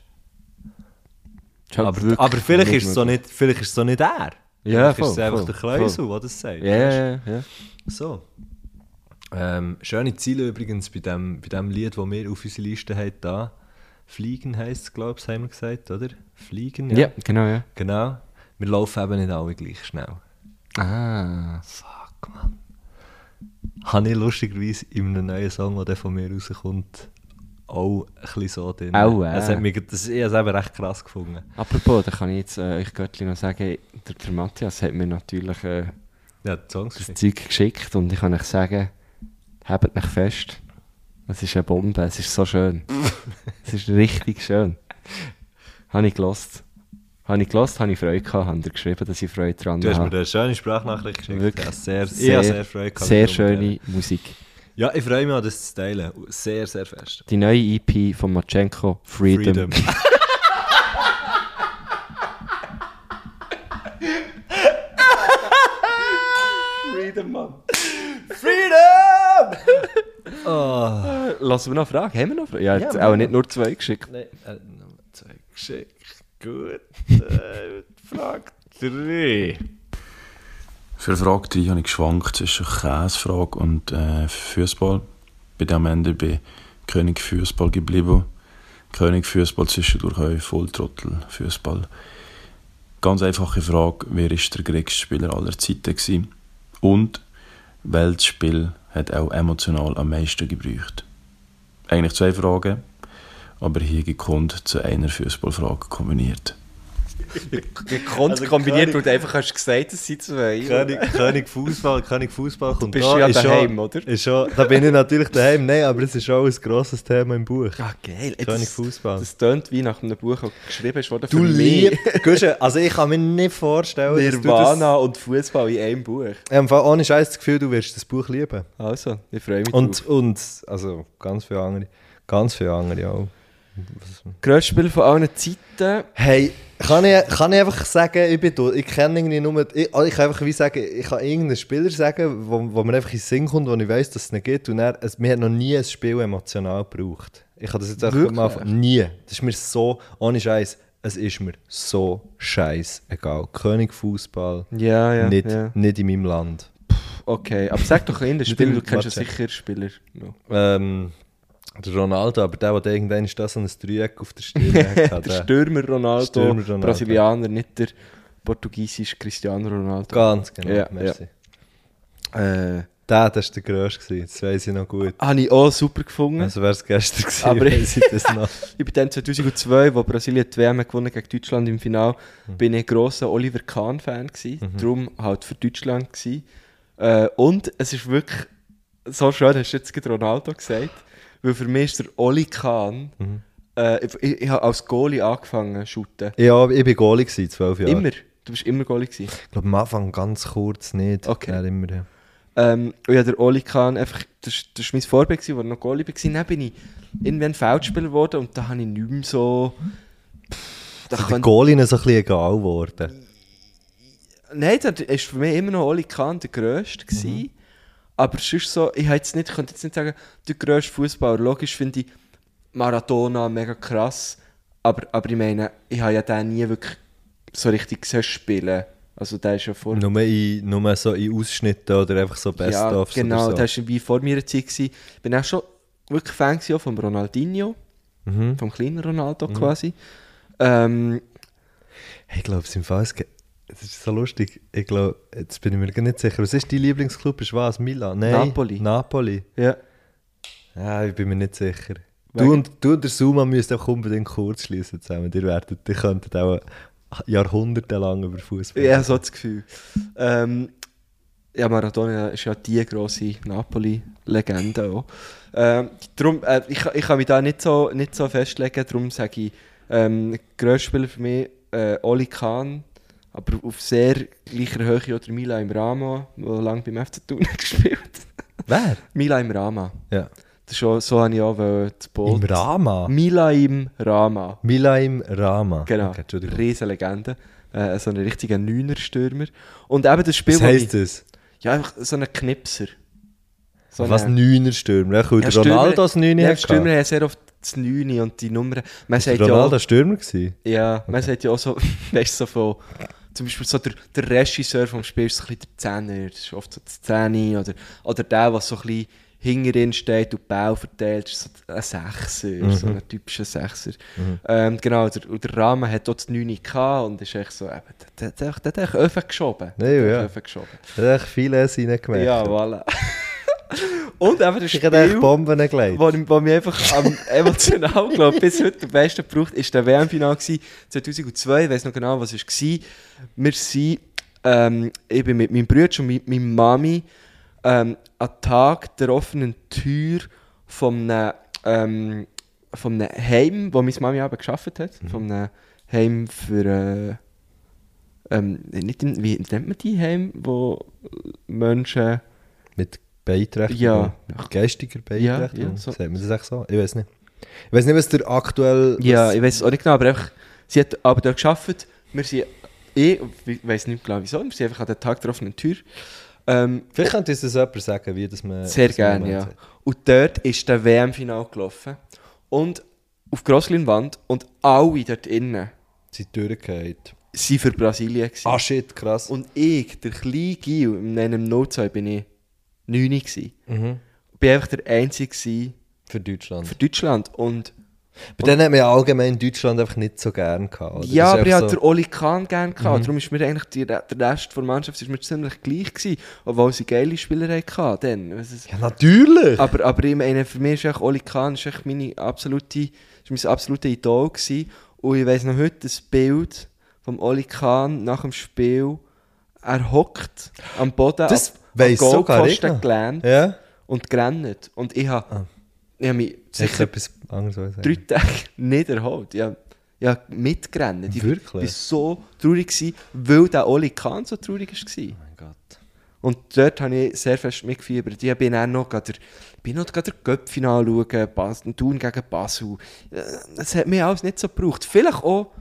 Ist halt aber, wirklich aber vielleicht, ist es so möglich. nicht, vielleicht ist es so nicht er. Ja, vielleicht voll, ist es einfach voll, der Kleusel, voll. der das sagt. Ja, ja, ja. So. Ähm, schöne Ziele übrigens bei dem, bei dem Lied, das wir auf unserer Liste haben. Da. Fliegen heisst es, glaube ich, haben wir gesagt, oder? Fliegen, Ja, genau, ja. Genau. Wir laufen eben nicht alle gleich schnell. Ah. Fuck, man. Habe ich lustigerweise in einem neuen Song, der dann von mir rauskommt, auch ein bisschen so drin. Au, äh. Es hat mich, das, ich habe es eben recht krass gefunden. Apropos, da kann ich jetzt äh, euch Göttli noch sagen, der, der Matthias hat mir natürlich äh, Ja, die Songs das Zeug geschickt und ich kann euch sagen, habt mich fest. Es ist eine Bombe, es ist so schön. es ist richtig schön. Habe ich gelost. Habe ich gelost, habe ich Freude gehabt, habe dir geschrieben, dass ich Freude dran Du hast mir habe. da eine schöne Sprachnachricht geschickt. Wirklich. Ja, sehr, ich Sehr, habe sehr Freude gehabt sehr mit dem schöne Modell. Musik. Ja, ich freue mich an das zu teilen. Sehr, sehr fest. Die neue EP von Machenko, Freedom. Freedom. Oh. Lassen wir Ah, noch Fragen? Haben wir noch Fragen? Ja, jetzt wir auch haben nicht nur zwei geschickt. Nein, er hat Nummer 2 geschickt. Gut. Äh, Frage 3. Für Frage 3 habe ich geschwankt zwischen Käsefrage und äh, Fußball. Bin am Ende bei König Fußball geblieben. König Fußball zwischendurch auch Volltrottel Fußball. Ganz einfache Frage: Wer ist der größte Spieler aller Zeiten? Gewesen? Und welches Spiel hat auch emotional am meisten gebraucht? Eigentlich zwei Fragen, aber hier gekonnt zu einer Fußballfrage kombiniert. Gekonnt Also kombiniert, König- weil du einfach hast gesagt, es sind zwei. König, König Fußball, König Fußball kommt bist da. ja ist daheim, schon, oder? Ist schon, da bin ich natürlich daheim, nein, aber es ist auch ein grosses Thema im Buch. Ah, geil. Ey, König das- Fußball. Das tönt wie nach einem Buch, das geschrieben wurde für Du mich. liebst, also ich kann mir nicht vorstellen, dass du Nirvana und Fußball in einem Buch. das, im Fall ohne Scheiß das Gefühl, du wirst das Buch lieben. Also, ich freue mich Und, drauf. und, also ganz viele andere, ganz viele andere auch. Grösstes Spiel von allen Zeiten. Hey, kann ich, kann ich einfach sagen, ich bin durch. Ich kenne irgendwie nur. Ich, also ich kann einfach wie sagen, ich kann irgendeinen Spieler sagen, wo, wo mir einfach in den Sinn kommt, wo ich weiß, dass es nicht gibt. Und er, es, mir hat noch nie ein Spiel emotional gebraucht. Ich kann das jetzt einfach mal Wirklich? Nie. Das ist mir so, ohne Scheiß, es ist mir so scheiß egal. König Fußball, Ja, ja. nicht, ja. nicht in meinem Land. Okay, aber sag doch einen Spieler, du Warte. kennst ja sicher Spieler. No. Ähm, der Ronaldo, aber der, der irgendwann ist das so ein Dreieck auf der Stirn hat. Der der- Stürmer Ronaldo, Stürmer Ronaldo. Brasilianer, nicht der portugiesische Cristiano Ronaldo. Ganz genau, Ja, merci. Äh, Der, das war der Grösste, gewesen, das weiß ich noch gut. habe ich auch super gefunden. Also wäre es gestern gewesen, Mhm. Aber ich- weiss ich das noch. Ich bin dann 2002, wo Brasilien die WM gewonnen gegen Deutschland im Finale, bin ich ein grosser Oliver Kahn-Fan gsi, Darum halt für Deutschland gsi. Äh, und es ist wirklich so schön, hast du jetzt gerade Ronaldo gesagt, weil für mich ist der Oli Kahn, äh, ich, ich, ich habe als Goalie angefangen zu shooten. Ja, ich war Goalie, gewesen, zwölf Jahre. Immer. Du bist immer Goalie gewesen. Ich glaube, am Anfang ganz kurz nicht. Okay. Dann immer, ja. Ähm, und ja, der Oli Kahn, einfach, das war das ist mein Vorbild, gewesen, wo er noch Goalie war. Dann bin ich irgendwann Feldspieler geworden und da habe ich nicht mehr so... Pff, da Also der kann- Goalie ist so ein bisschen egal geworden. Nein, das war für mich immer noch Oli Kahn der Grösste. Mhm. Aber sonst so, ich, hab jetzt nicht, ich könnte jetzt nicht sagen, der grösste Fußballer. Logisch finde ich Maradona mega krass. Aber, aber ich meine, ich habe ja den nie wirklich so richtig gesehen spielen. Also der ist ja vor... Nur, in, nur so in Ausschnitten oder einfach so ja, Best-ofs genau, oder so. das war wie vor meiner Zeit. Gewesen. Ich bin auch schon wirklich Fan gewesen, auch von Ronaldinho. Vom kleinen Ronaldo quasi. Ähm, Hey, ich glaube, es im Fall, es ge- es ist so lustig. Ich glaube, jetzt bin ich mir gar nicht sicher. Was ist dein Lieblingsclub? Ist was? Milan? Nein. Napoli. Napoli. ja. Ja, ich bin mir nicht sicher. Wegen- Du und, du und der Suma müsst auch unbedingt kurz schließen zusammen. Ihr werdet, ihr könntet auch jahrhundertelang über Fußball. Ja, so das Gefühl. Ähm, ja, Maradona ist ja die grosse Napoli-Legende auch. Ähm, drum, äh, ich, ich kann mich da nicht so, nicht so festlegen, darum sage ich, ähm, grösster Spieler für mich äh, Oli Kahn, aber auf sehr gleicher Höhe oder Mila im Rama, der lange beim FC Thun gespielt hat. Wer? Mila im Rama. Ja. Das ist auch, so habe ich auch äh, das Boot. Im Rama. Mila im Rama. Milaim Rama. Genau, Okay, Entschuldigung. Riesenlegende. Äh, so ein richtiger Neuner-Stürmer. Und eben das Spiel, Was wo heisst ich, das? Ja, einfach so ein Knipser. So Was eine- Neuner-Stürmer? Ja, Ja, der Stürmer- Ronaldo als Neuner Ja, hat Stürmer gehabt. haben sehr oft das 9 und die Nummern. Man sagt ja Ronaldo auch, war Stürmer. Gewesen. ja, man sagt ja auch so, weißt du, so von, zum Beispiel so der, der Regisseur vom Spiel ist so ein bisschen der Zehner, das ist oft so der Zehni oder, oder der, der so ein bisschen hinter ihnen steht und Bau verteilt, ist so ein Sechser, Mhm. so ein typischer Sechser. Ähm, genau, der, und der Rahmen hat dort das 9 gehabt und ist echt so, eben, der, der, der, der hat öfen geschoben. Ja, Der hat ja. öfen geschoben. Da hat viele reingemerkt. Ja, voilà. und eben das Ich habe echt Spiel... Bomben gelegt. Was mich einfach am emotional glaub, bis heute am besten braucht, ist der WM-Final 2002. Ich weiß noch genau, was es war. Wir sind, ähm, ich bin mit meinem Bruder und mit meiner Mami ähm, an den Tag der offenen Tür von einem, ähm, von einem Heim, wo meine Mami eben gearbeitet Mhm. hat. Von einem Heim für. Äh, ähm, nicht in, wie nennt man die Heim, wo Menschen. Mit Beeinträchtigung. Ja. Mit geistiger Beeinträchtigung. ja, so. Sagt man das echt so? Ich weiß nicht. Ich weiß nicht, was der aktuell. Ja, was- ich weiß es auch nicht genau, aber einfach, sie hat aber dort gearbeitet. Wir sind, ich weiß nicht genau wieso, wir sind einfach an den Tag der offenen Tür. Ähm, Vielleicht könnte uns das jemand sagen, wie das man. sehr das man gerne, ja. meint. Und dort ist der WM-Final gelaufen. Und auf Grossleinwand und alle dort innen Sie sind durchgehend. waren für Brasilien. gewesen. Ah, shit, krass. Und ich, der kleine Gil, in einem 02 bin ich 9 gsi. Mhm. Ich war einfach der Einzige gewesen für Deutschland. für Deutschland. Und Bei denen hat man ja allgemein Deutschland einfach nicht so gern gehabt. oder? Ja, Das ist aber ich einfach hatte so- Mhm. den Oli Kahn gerne gehabt. Darum ist mir eigentlich die, der Rest der Mannschaft ist mir ziemlich gleich gewesen, obwohl sie geile Spieler hatten. Dann. Was ist- Ja, natürlich! Aber, aber ich meine, für mich ist echt Oli Kahn ist echt meine absolute, ist mein absolute Idol gewesen. Und ich weiss noch heute das Bild vom Oli Kahn nach dem Spiel. Er hockt am Boden, Das am- am weiss sogar ich noch. gelähmt Ja? Ah. und gerannt. Und ich habe ich hab mich Sicher sicher etwas anderes wollen sagen. drei Tage nicht erholt. Ja, ja mitgerannt. Ich Wirklich? war so traurig, gewesen, weil der Oli Kahn so traurig war. Oh mein Gott. Und dort habe ich sehr fest mitgefiebert. Ich bin auch noch gerade, ich bin noch gerade der Göpfinal schauen, Bas, Thun gegen Basel. Äh, Das hat mir alles nicht so gebraucht. Vielleicht auch,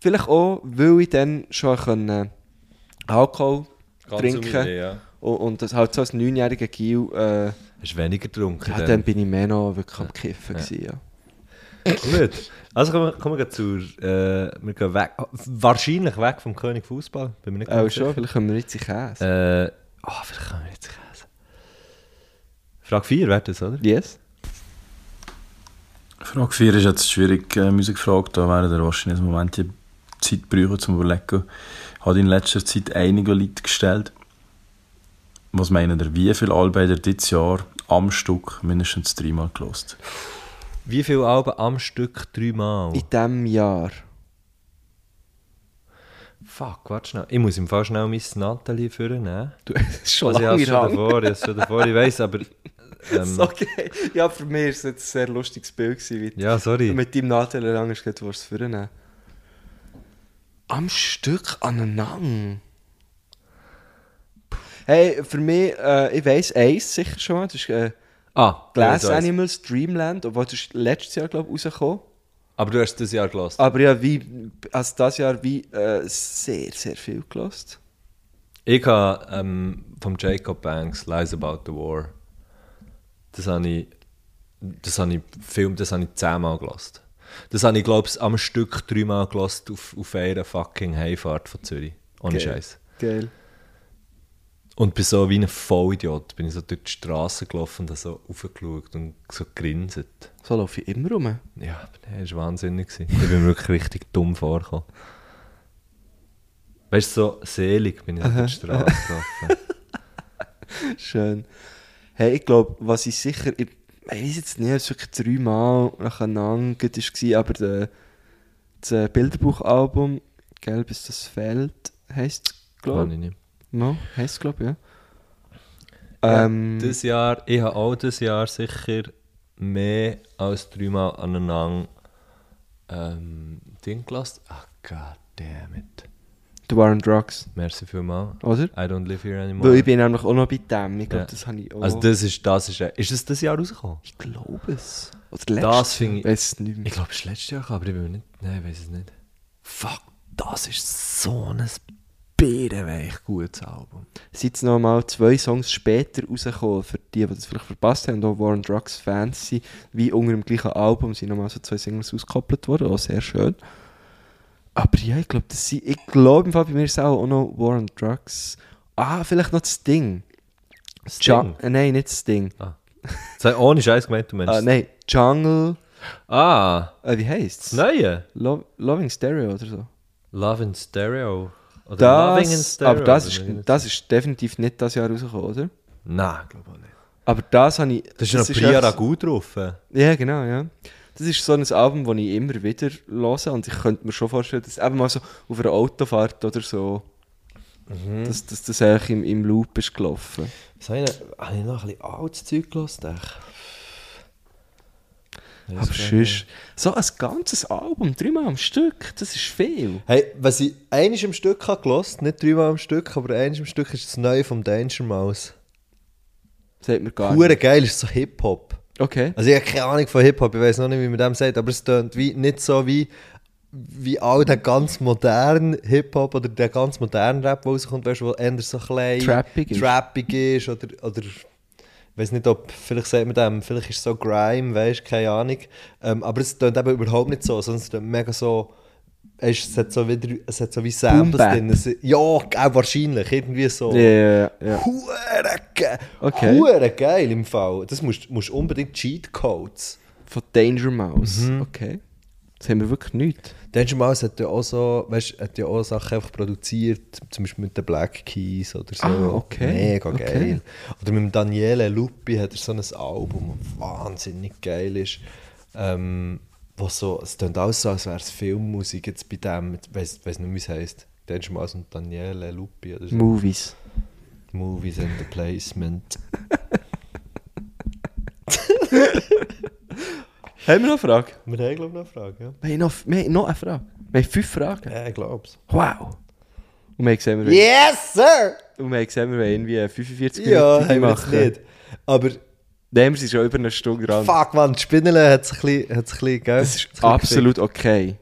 vielleicht auch weil ich dann schon können, Alkohol um trinken ja. und, und das halt so als neunjähriger Gil, äh, Hast weniger getrunken. ja, dann. dann bin ich mehr noch wirklich am Kiffen. gewesen, Ja. Gut. Also kommen wir, kommen wir gleich zur. Äh, wir gehen weg. Wahrscheinlich weg vom König Fußball. Bin mir nicht Auch ganz schon, sicher. vielleicht können wir jetzt in Käse. Äh, ah, vielleicht können wir jetzt Käse. Frage 4 wäre das, oder? Yes. Frage 4 ist jetzt schwierig, äh, Musikfrage. Da wäre der wahrscheinlich ein Moment die Zeit brauchen, zum überlegen. Hat in letzter Zeit einige Leute gestellt. Was meinen ihr, wie viele Arbeiter dieses Jahr am Stück mindestens dreimal gelost? Wie viele Alben am Stück dreimal? In diesem Jahr. Fuck, warte schnell. Ich muss im Fall schnell mein Nathalie vornehmen. Du hast schon Also ich habe lange es schon Hand. davor, ich habe es schon davor, ich weiß, aber... Ähm, Okay. Ja, für mich war es jetzt ein sehr lustiges Bild. Gewesen, wie ja, sorry. Mit deinem Nadel lang ist du es vornehmen. Am Stück aneinander. Hey, für mich, äh, ich weiss eins sicher schon, das ist äh, ah, Glass ich weiss. Animals Dreamland, obwohl das ist letztes Jahr, glaube ich, rausgekommen. Aber du hast das Jahr gelassen. Aber Ah, ja, wie, also das Jahr wie äh, sehr, sehr viel gelost. Ich habe ähm, vom Jacob Banks «Lies About the War». Das habe ich... Das habe ich, Film, das habe ich zehnmal gelassen. Das habe ich, glaube ich, am Stück dreimal gelassen auf, auf einer fucking Heimfahrt von Zürich. Ohne Scheiß. Geil. Und bin so wie ein Vollidiot, bin ich so durch die Straße gelaufen und habe so raufgeschaut und so gegrinset. So laufe ich immer rum. Ja, aber nee, das war wahnsinnig. gewesen. Ich bin mir wirklich richtig dumm vorgekommen. Weißt du, so selig bin ich auf der Straße gelaufen. Schön. Hey, ich glaube, was ich sicher. Ich, ich weiß jetzt nicht, ob es wirklich dreimal nacheinander gut war, aber der, das äh, Bilderbuchalbum Gelb ist das Feld heisst es, Kann glaube ich ich. nicht. No, heisst es, glaube ich, ja. Ja, Ähm, Das Jahr, ich habe auch dieses Jahr sicher mehr als dreimal aneinander ähm, Ding gelassen. Ah, Ach, god damn it. The War on Drugs, Merci vielmals. oder? I don't live here anymore. Oh. Weil ich bin nämlich auch noch bei dem. Ich glaube, Äh, Ja. das habe ich auch. Also das ist, das ist, ist das das Jahr rausgekommen? ich glaube es. Oder Das finde ich- ich. Weiß nicht mehr. Ich glaube, es war letztes Jahr, aber ich bin mir nicht. Nein, ich weiß es nicht. Fuck, das ist so ein bärenweich gutes Album. sind es nochmal zwei Songs später rausgekommen, für die, die das vielleicht verpasst haben, und auch Warren Drugs Fans sind, wie unter dem gleichen Album sind nochmal so zwei Singles ausgekoppelt worden, auch sehr schön. Aber ja, ich glaube, das sind, ich glaube im Fall bei mir ist auch noch Warren Drugs. Ah, vielleicht noch das Ding. Sting. Ju- äh, nein, nicht das Ding. Sei ohne Scheiß gemeint, du Mensch. Ah, nein, Jungle, Ah, äh, wie heisst's? das Neue. Lo Loving Stereo oder so. Love in Stereo. Oder Loving in Das, Stereo. aber das oder ist, wie- das ist definitiv nicht das Jahr rausgekommen, oder? Nein, glaube ich nicht. Aber das habe ich... Das ist noch Priya echt- Ragu drauf. Ja, genau, ja. Das ist so ein Album, das ich immer wieder höre und ich könnte mir schon vorstellen, dass eben mal so auf einer Autofahrt oder so, dass, dass das eigentlich im, im Loop ist gelaufen. Was habe ich noch? Habe ich noch ein bisschen altes Zeug gelassen? Aber sonst, so ein ganzes Album, dreimal am Stück, das ist viel. Hey, was ich einiges am Stück habe gelassen, nicht dreimal am Stück, aber einiges am Stück ist das Neue vom Danger Mouse. Sagt mir gar Hure nicht. geil, ist so Hip-Hop. Okay. Also ich habe keine Ahnung von Hip-Hop, ich weiß noch nicht, wie man dem sagt, aber es tönt wie, nicht so wie, wie all der ganz moderne Hip-Hop oder der ganz moderne Rap, der rauskommt, weißt du, wo eher so klein Trappig ist. trappig ist oder, oder ich weiß nicht, ob, vielleicht sagt man dem, vielleicht ist es so Grime, weißt du, keine Ahnung. Ähm, aber es tönt eben überhaupt nicht so, sondern es tönt mega so, weisst, es hat so, wieder, es hat so wie Samples Bap. drin. Es, ja, auch wahrscheinlich, irgendwie so. Ja, ja, ja. Hure geil. Okay. Hure geil im Fall. Das musst du unbedingt Cheatcodes. Von Danger Mouse. Okay. Das haben wir wirklich nicht. Danger Mouse hat ja auch so, weißt, hat ja auch Sachen einfach produziert, zum Beispiel mit den Black Keys oder so. Ah, okay. Mega Okay. geil. Oder mit dem Daniele Lupi hat er so ein Album, das wahnsinnig geil ist. Ähm, was so, es klingt auch so, als wäre es Filmmusik jetzt bei dem, ich weiss, weiss nicht, wie es heisst. Danger Mouse und Daniele Lupi oder so. Movies. Movies and the Placement. Haben wir noch eine Frage? Wir haben, glaube ich, noch eine Frage, ja? Wir haben noch, wir haben noch eine Frage. Wir haben fünf Fragen. Ja, ich glaube es. Wow. Und wir haben gesehen, wir Yes, sir! Und wir haben gesehen, wir wollen irgendwie 45 Ja, Minuten haben wir jetzt nicht. Aber Nein, wir sind schon über eine Stunde dran. fuck, man, die Spinnele hat es ein bisschen, hat's ein bisschen gell? Das Hat's ein ist bisschen absolut okay. gekriegt.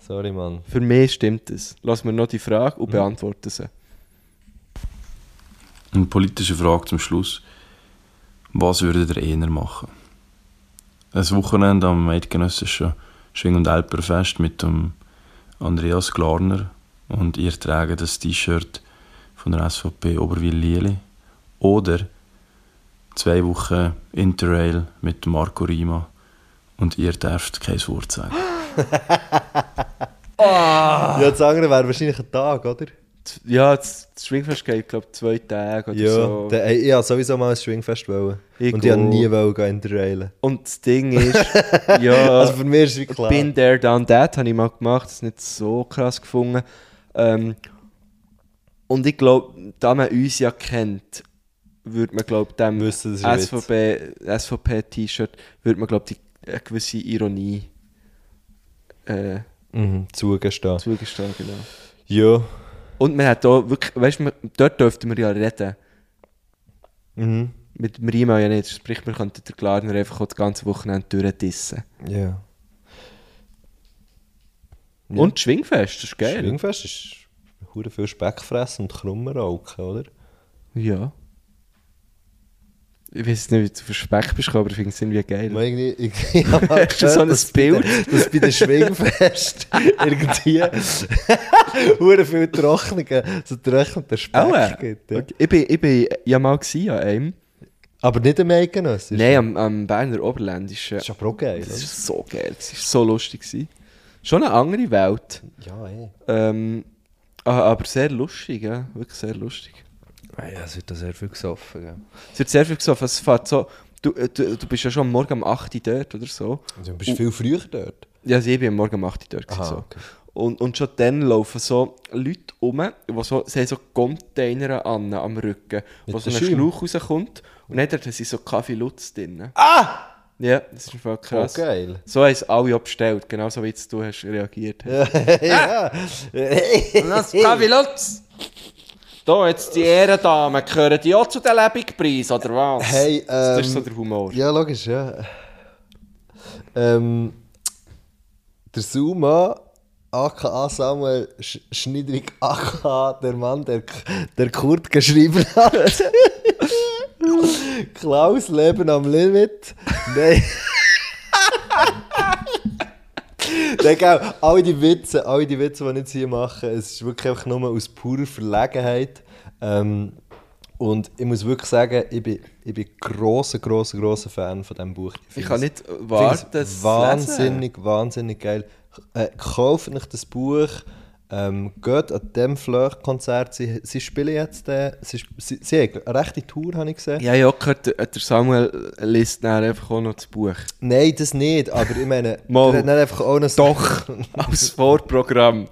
Sorry, Mann. Für mich stimmt es. Lass mir noch die Frage Mhm. und beantworte sie. Eine politische Frage zum Schluss. Was würdet ihr eher machen? Ein Wochenende am eidgenössischen Schwing- und Alperfest mit dem Andreas Glarner und ihr tragt das T-Shirt von der SVP Oberwil-Lieli oder zwei Wochen Interrail mit Marco Rima und ihr dürft kein Wort sagen. Ja, das andere wäre wahrscheinlich ein Tag, oder? Z- Ja, das das Schwingfest geht, glaube ich, zwei Tage oder Ja, so. der, ey, ich wollte sowieso mal ein Swingfest. Wollen. Ich und ich wollte auch. nie wollen gehen interrailen. Und das Ding ist, ja, Also für mich ist es wie klar. Been There, Done That habe ich mal gemacht, das ist nicht so krass gefunden. Ähm, und ich glaube, da man uns ja kennt, würde man glaube dem Wissen, das ist ein SVP, SVP-T-Shirt, würde man glaube die eine gewisse Ironie äh, Mhm, zugestehen. zugestehen, genau. Ja. Und man hat da wirklich, weißt du, dort dürften wir ja reden. Mhm. Mit dem Rima ja nicht, sprich, wir könnten den Glarner einfach auch das ganze Wochenende durchdissen. Ja. Und Und Schwingfest, das ist geil. Swingfest ist hure viel Speckfressen und Krummerauken, oder? Ja. Ich weiß nicht, wie du für Speck bist, aber ich finde es irgendwie Mal geil. irgendwie, ich, ich habe mal Hast du so gehört, ein dass Bild? Bei den, dass bei den Schwingfest irgendwie hure viel Trocknungen, so trocknender Speck Aua. gibt. Oh, Ja. Okay. Ich bin, ich bin ja mal gewesen an einem. Aber nicht am Eigenössisch. Nein, am, am Berner Oberländischen. Das ist aber auch geil, Das ist so geil, das ist so lustig. Gewesen. Schon eine andere Welt. oder? Ja, eh. Ähm, a- aber sehr lustig, ja. Wirklich sehr lustig. Ja, es wird da sehr viel gesoffen, gell? Es wird sehr viel gesagt, es fährt so. Du, äh, du, du bist ja schon am morgen um 8 Uhr dort oder so. Du bist viel früher dort. Ja, also ich bin am Morgen um 8 Uhr dort. gewesen, Aha, so. okay. und, und schon dann laufen so Leute um, die so, sie haben so Container an am Rücken, wo Mit so ein den Schäumen? Schlauch rauskommt und dann dort sind so Kaffee Lutz drin. Ah! Ja, das ist voll krass. Oh, geil. So haben es alle auch bestellt, genauso wie jetzt du hast reagiert hast. Ah! ja. Das Kaffee Lutz! Da, jetzt die Ehrendamen, gehören die auch zu den Lebigpreis, oder was? Hey, ähm, das ist so der Humor. ja, logisch, ja. Ähm, der Suma aka Samuel Sch Schnidrig, aka der Mann, der, K- der Kurt geschrieben hat. Klaus Leben am Limit. Nein. Nein, gell, all die Witze, all die Witze, die ich jetzt hier mache, es ist wirklich einfach nur aus purer Verlegenheit. Ähm, und ich muss wirklich sagen, ich bin, ich bin grosser, grosser, grosser Fan von diesem Buch. Ich find's- kann nicht Find's warten, es zu lesen. wahnsinnig, wahnsinnig geil. Äh, kauft euch das Buch. Ähm, geht an dem Flöch-Konzert. Sie, sie spielen jetzt. Äh, sie, sp- sie, sie haben eine rechte Tour, habe ich gesehen. Ja, ja, gehört, der der Samuel liest dann einfach auch noch das Buch. Nein, das nicht. Aber ich meine, Mal. der hat dann einfach auch noch so- Doch, als Vorprogramm.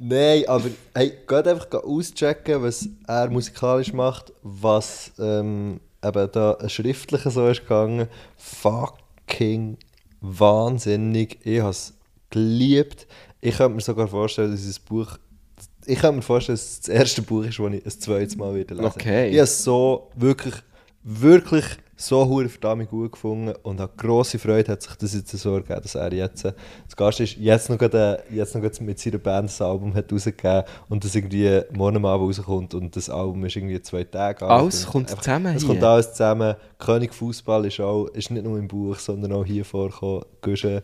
Nein, aber hey, geht einfach auschecken, was er musikalisch macht, was ähm, eben da ein Schriftlicher so ist gegangen. Fucking wahnsinnig. Ich habe es geliebt. Ich könnte mir sogar vorstellen, dass dieses Buch. Ich könnte mir vorstellen, dass es das erste Buch ist, das ich ein zweites Mal wieder lese. Okay. Ich habe es so wirklich, wirklich so hure verdammt gut gefunden und habe grosse Freude, hat sich das jetzt so ergeben, dass er jetzt äh, zu Gast ist. Jetzt noch, gerade, äh, jetzt noch gerade mit seiner Band das Album hat rausgegeben und das irgendwie morgen Abend rauskommt und das Album ist irgendwie zwei Tage alt. Alles Und kommt zusammen Es hier. kommt alles zusammen. König Fußball ist auch ist nicht nur im Buch, sondern auch hier vorgekommen. Guschen.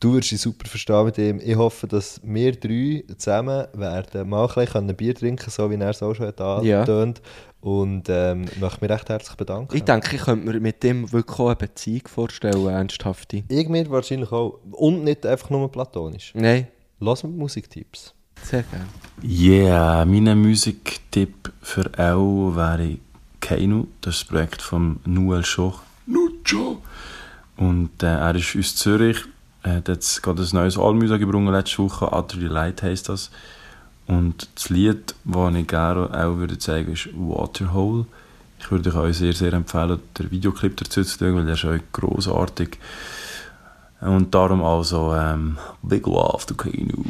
Du wirst dich super verstehen mit ihm. Ich hoffe, dass wir drei zusammen werden mal ein bisschen ein Bier trinken können, so wie er es auch schon hat Ja. angetönt. Und ähm, ich möchte mich recht herzlich bedanken. Ich denke, ich könnte mir mit dem wirklich auch eine Beziehung vorstellen, eine ernsthafte. Ich mir wahrscheinlich auch. Und nicht einfach nur platonisch. Nein, Lass mir Musiktipps. sehr gerne. Yeah, mein Musiktipp für auch wäre Keinu. Das ist das Projekt von Noel Schoch. Nucho! Und äh, er ist aus Zürich. Er hat jetzt gerade ein neues Album rausgebracht, letzte Woche. Utterly Light heisst das. Und das Lied, das ich gerne auch würde zeigen würde, ist Waterhole. Ich würde euch auch sehr, sehr empfehlen, den Videoclip dazu zu schauen, weil der ist auch grossartig. Und darum also ähm, Big Love to Keinu.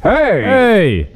Hey!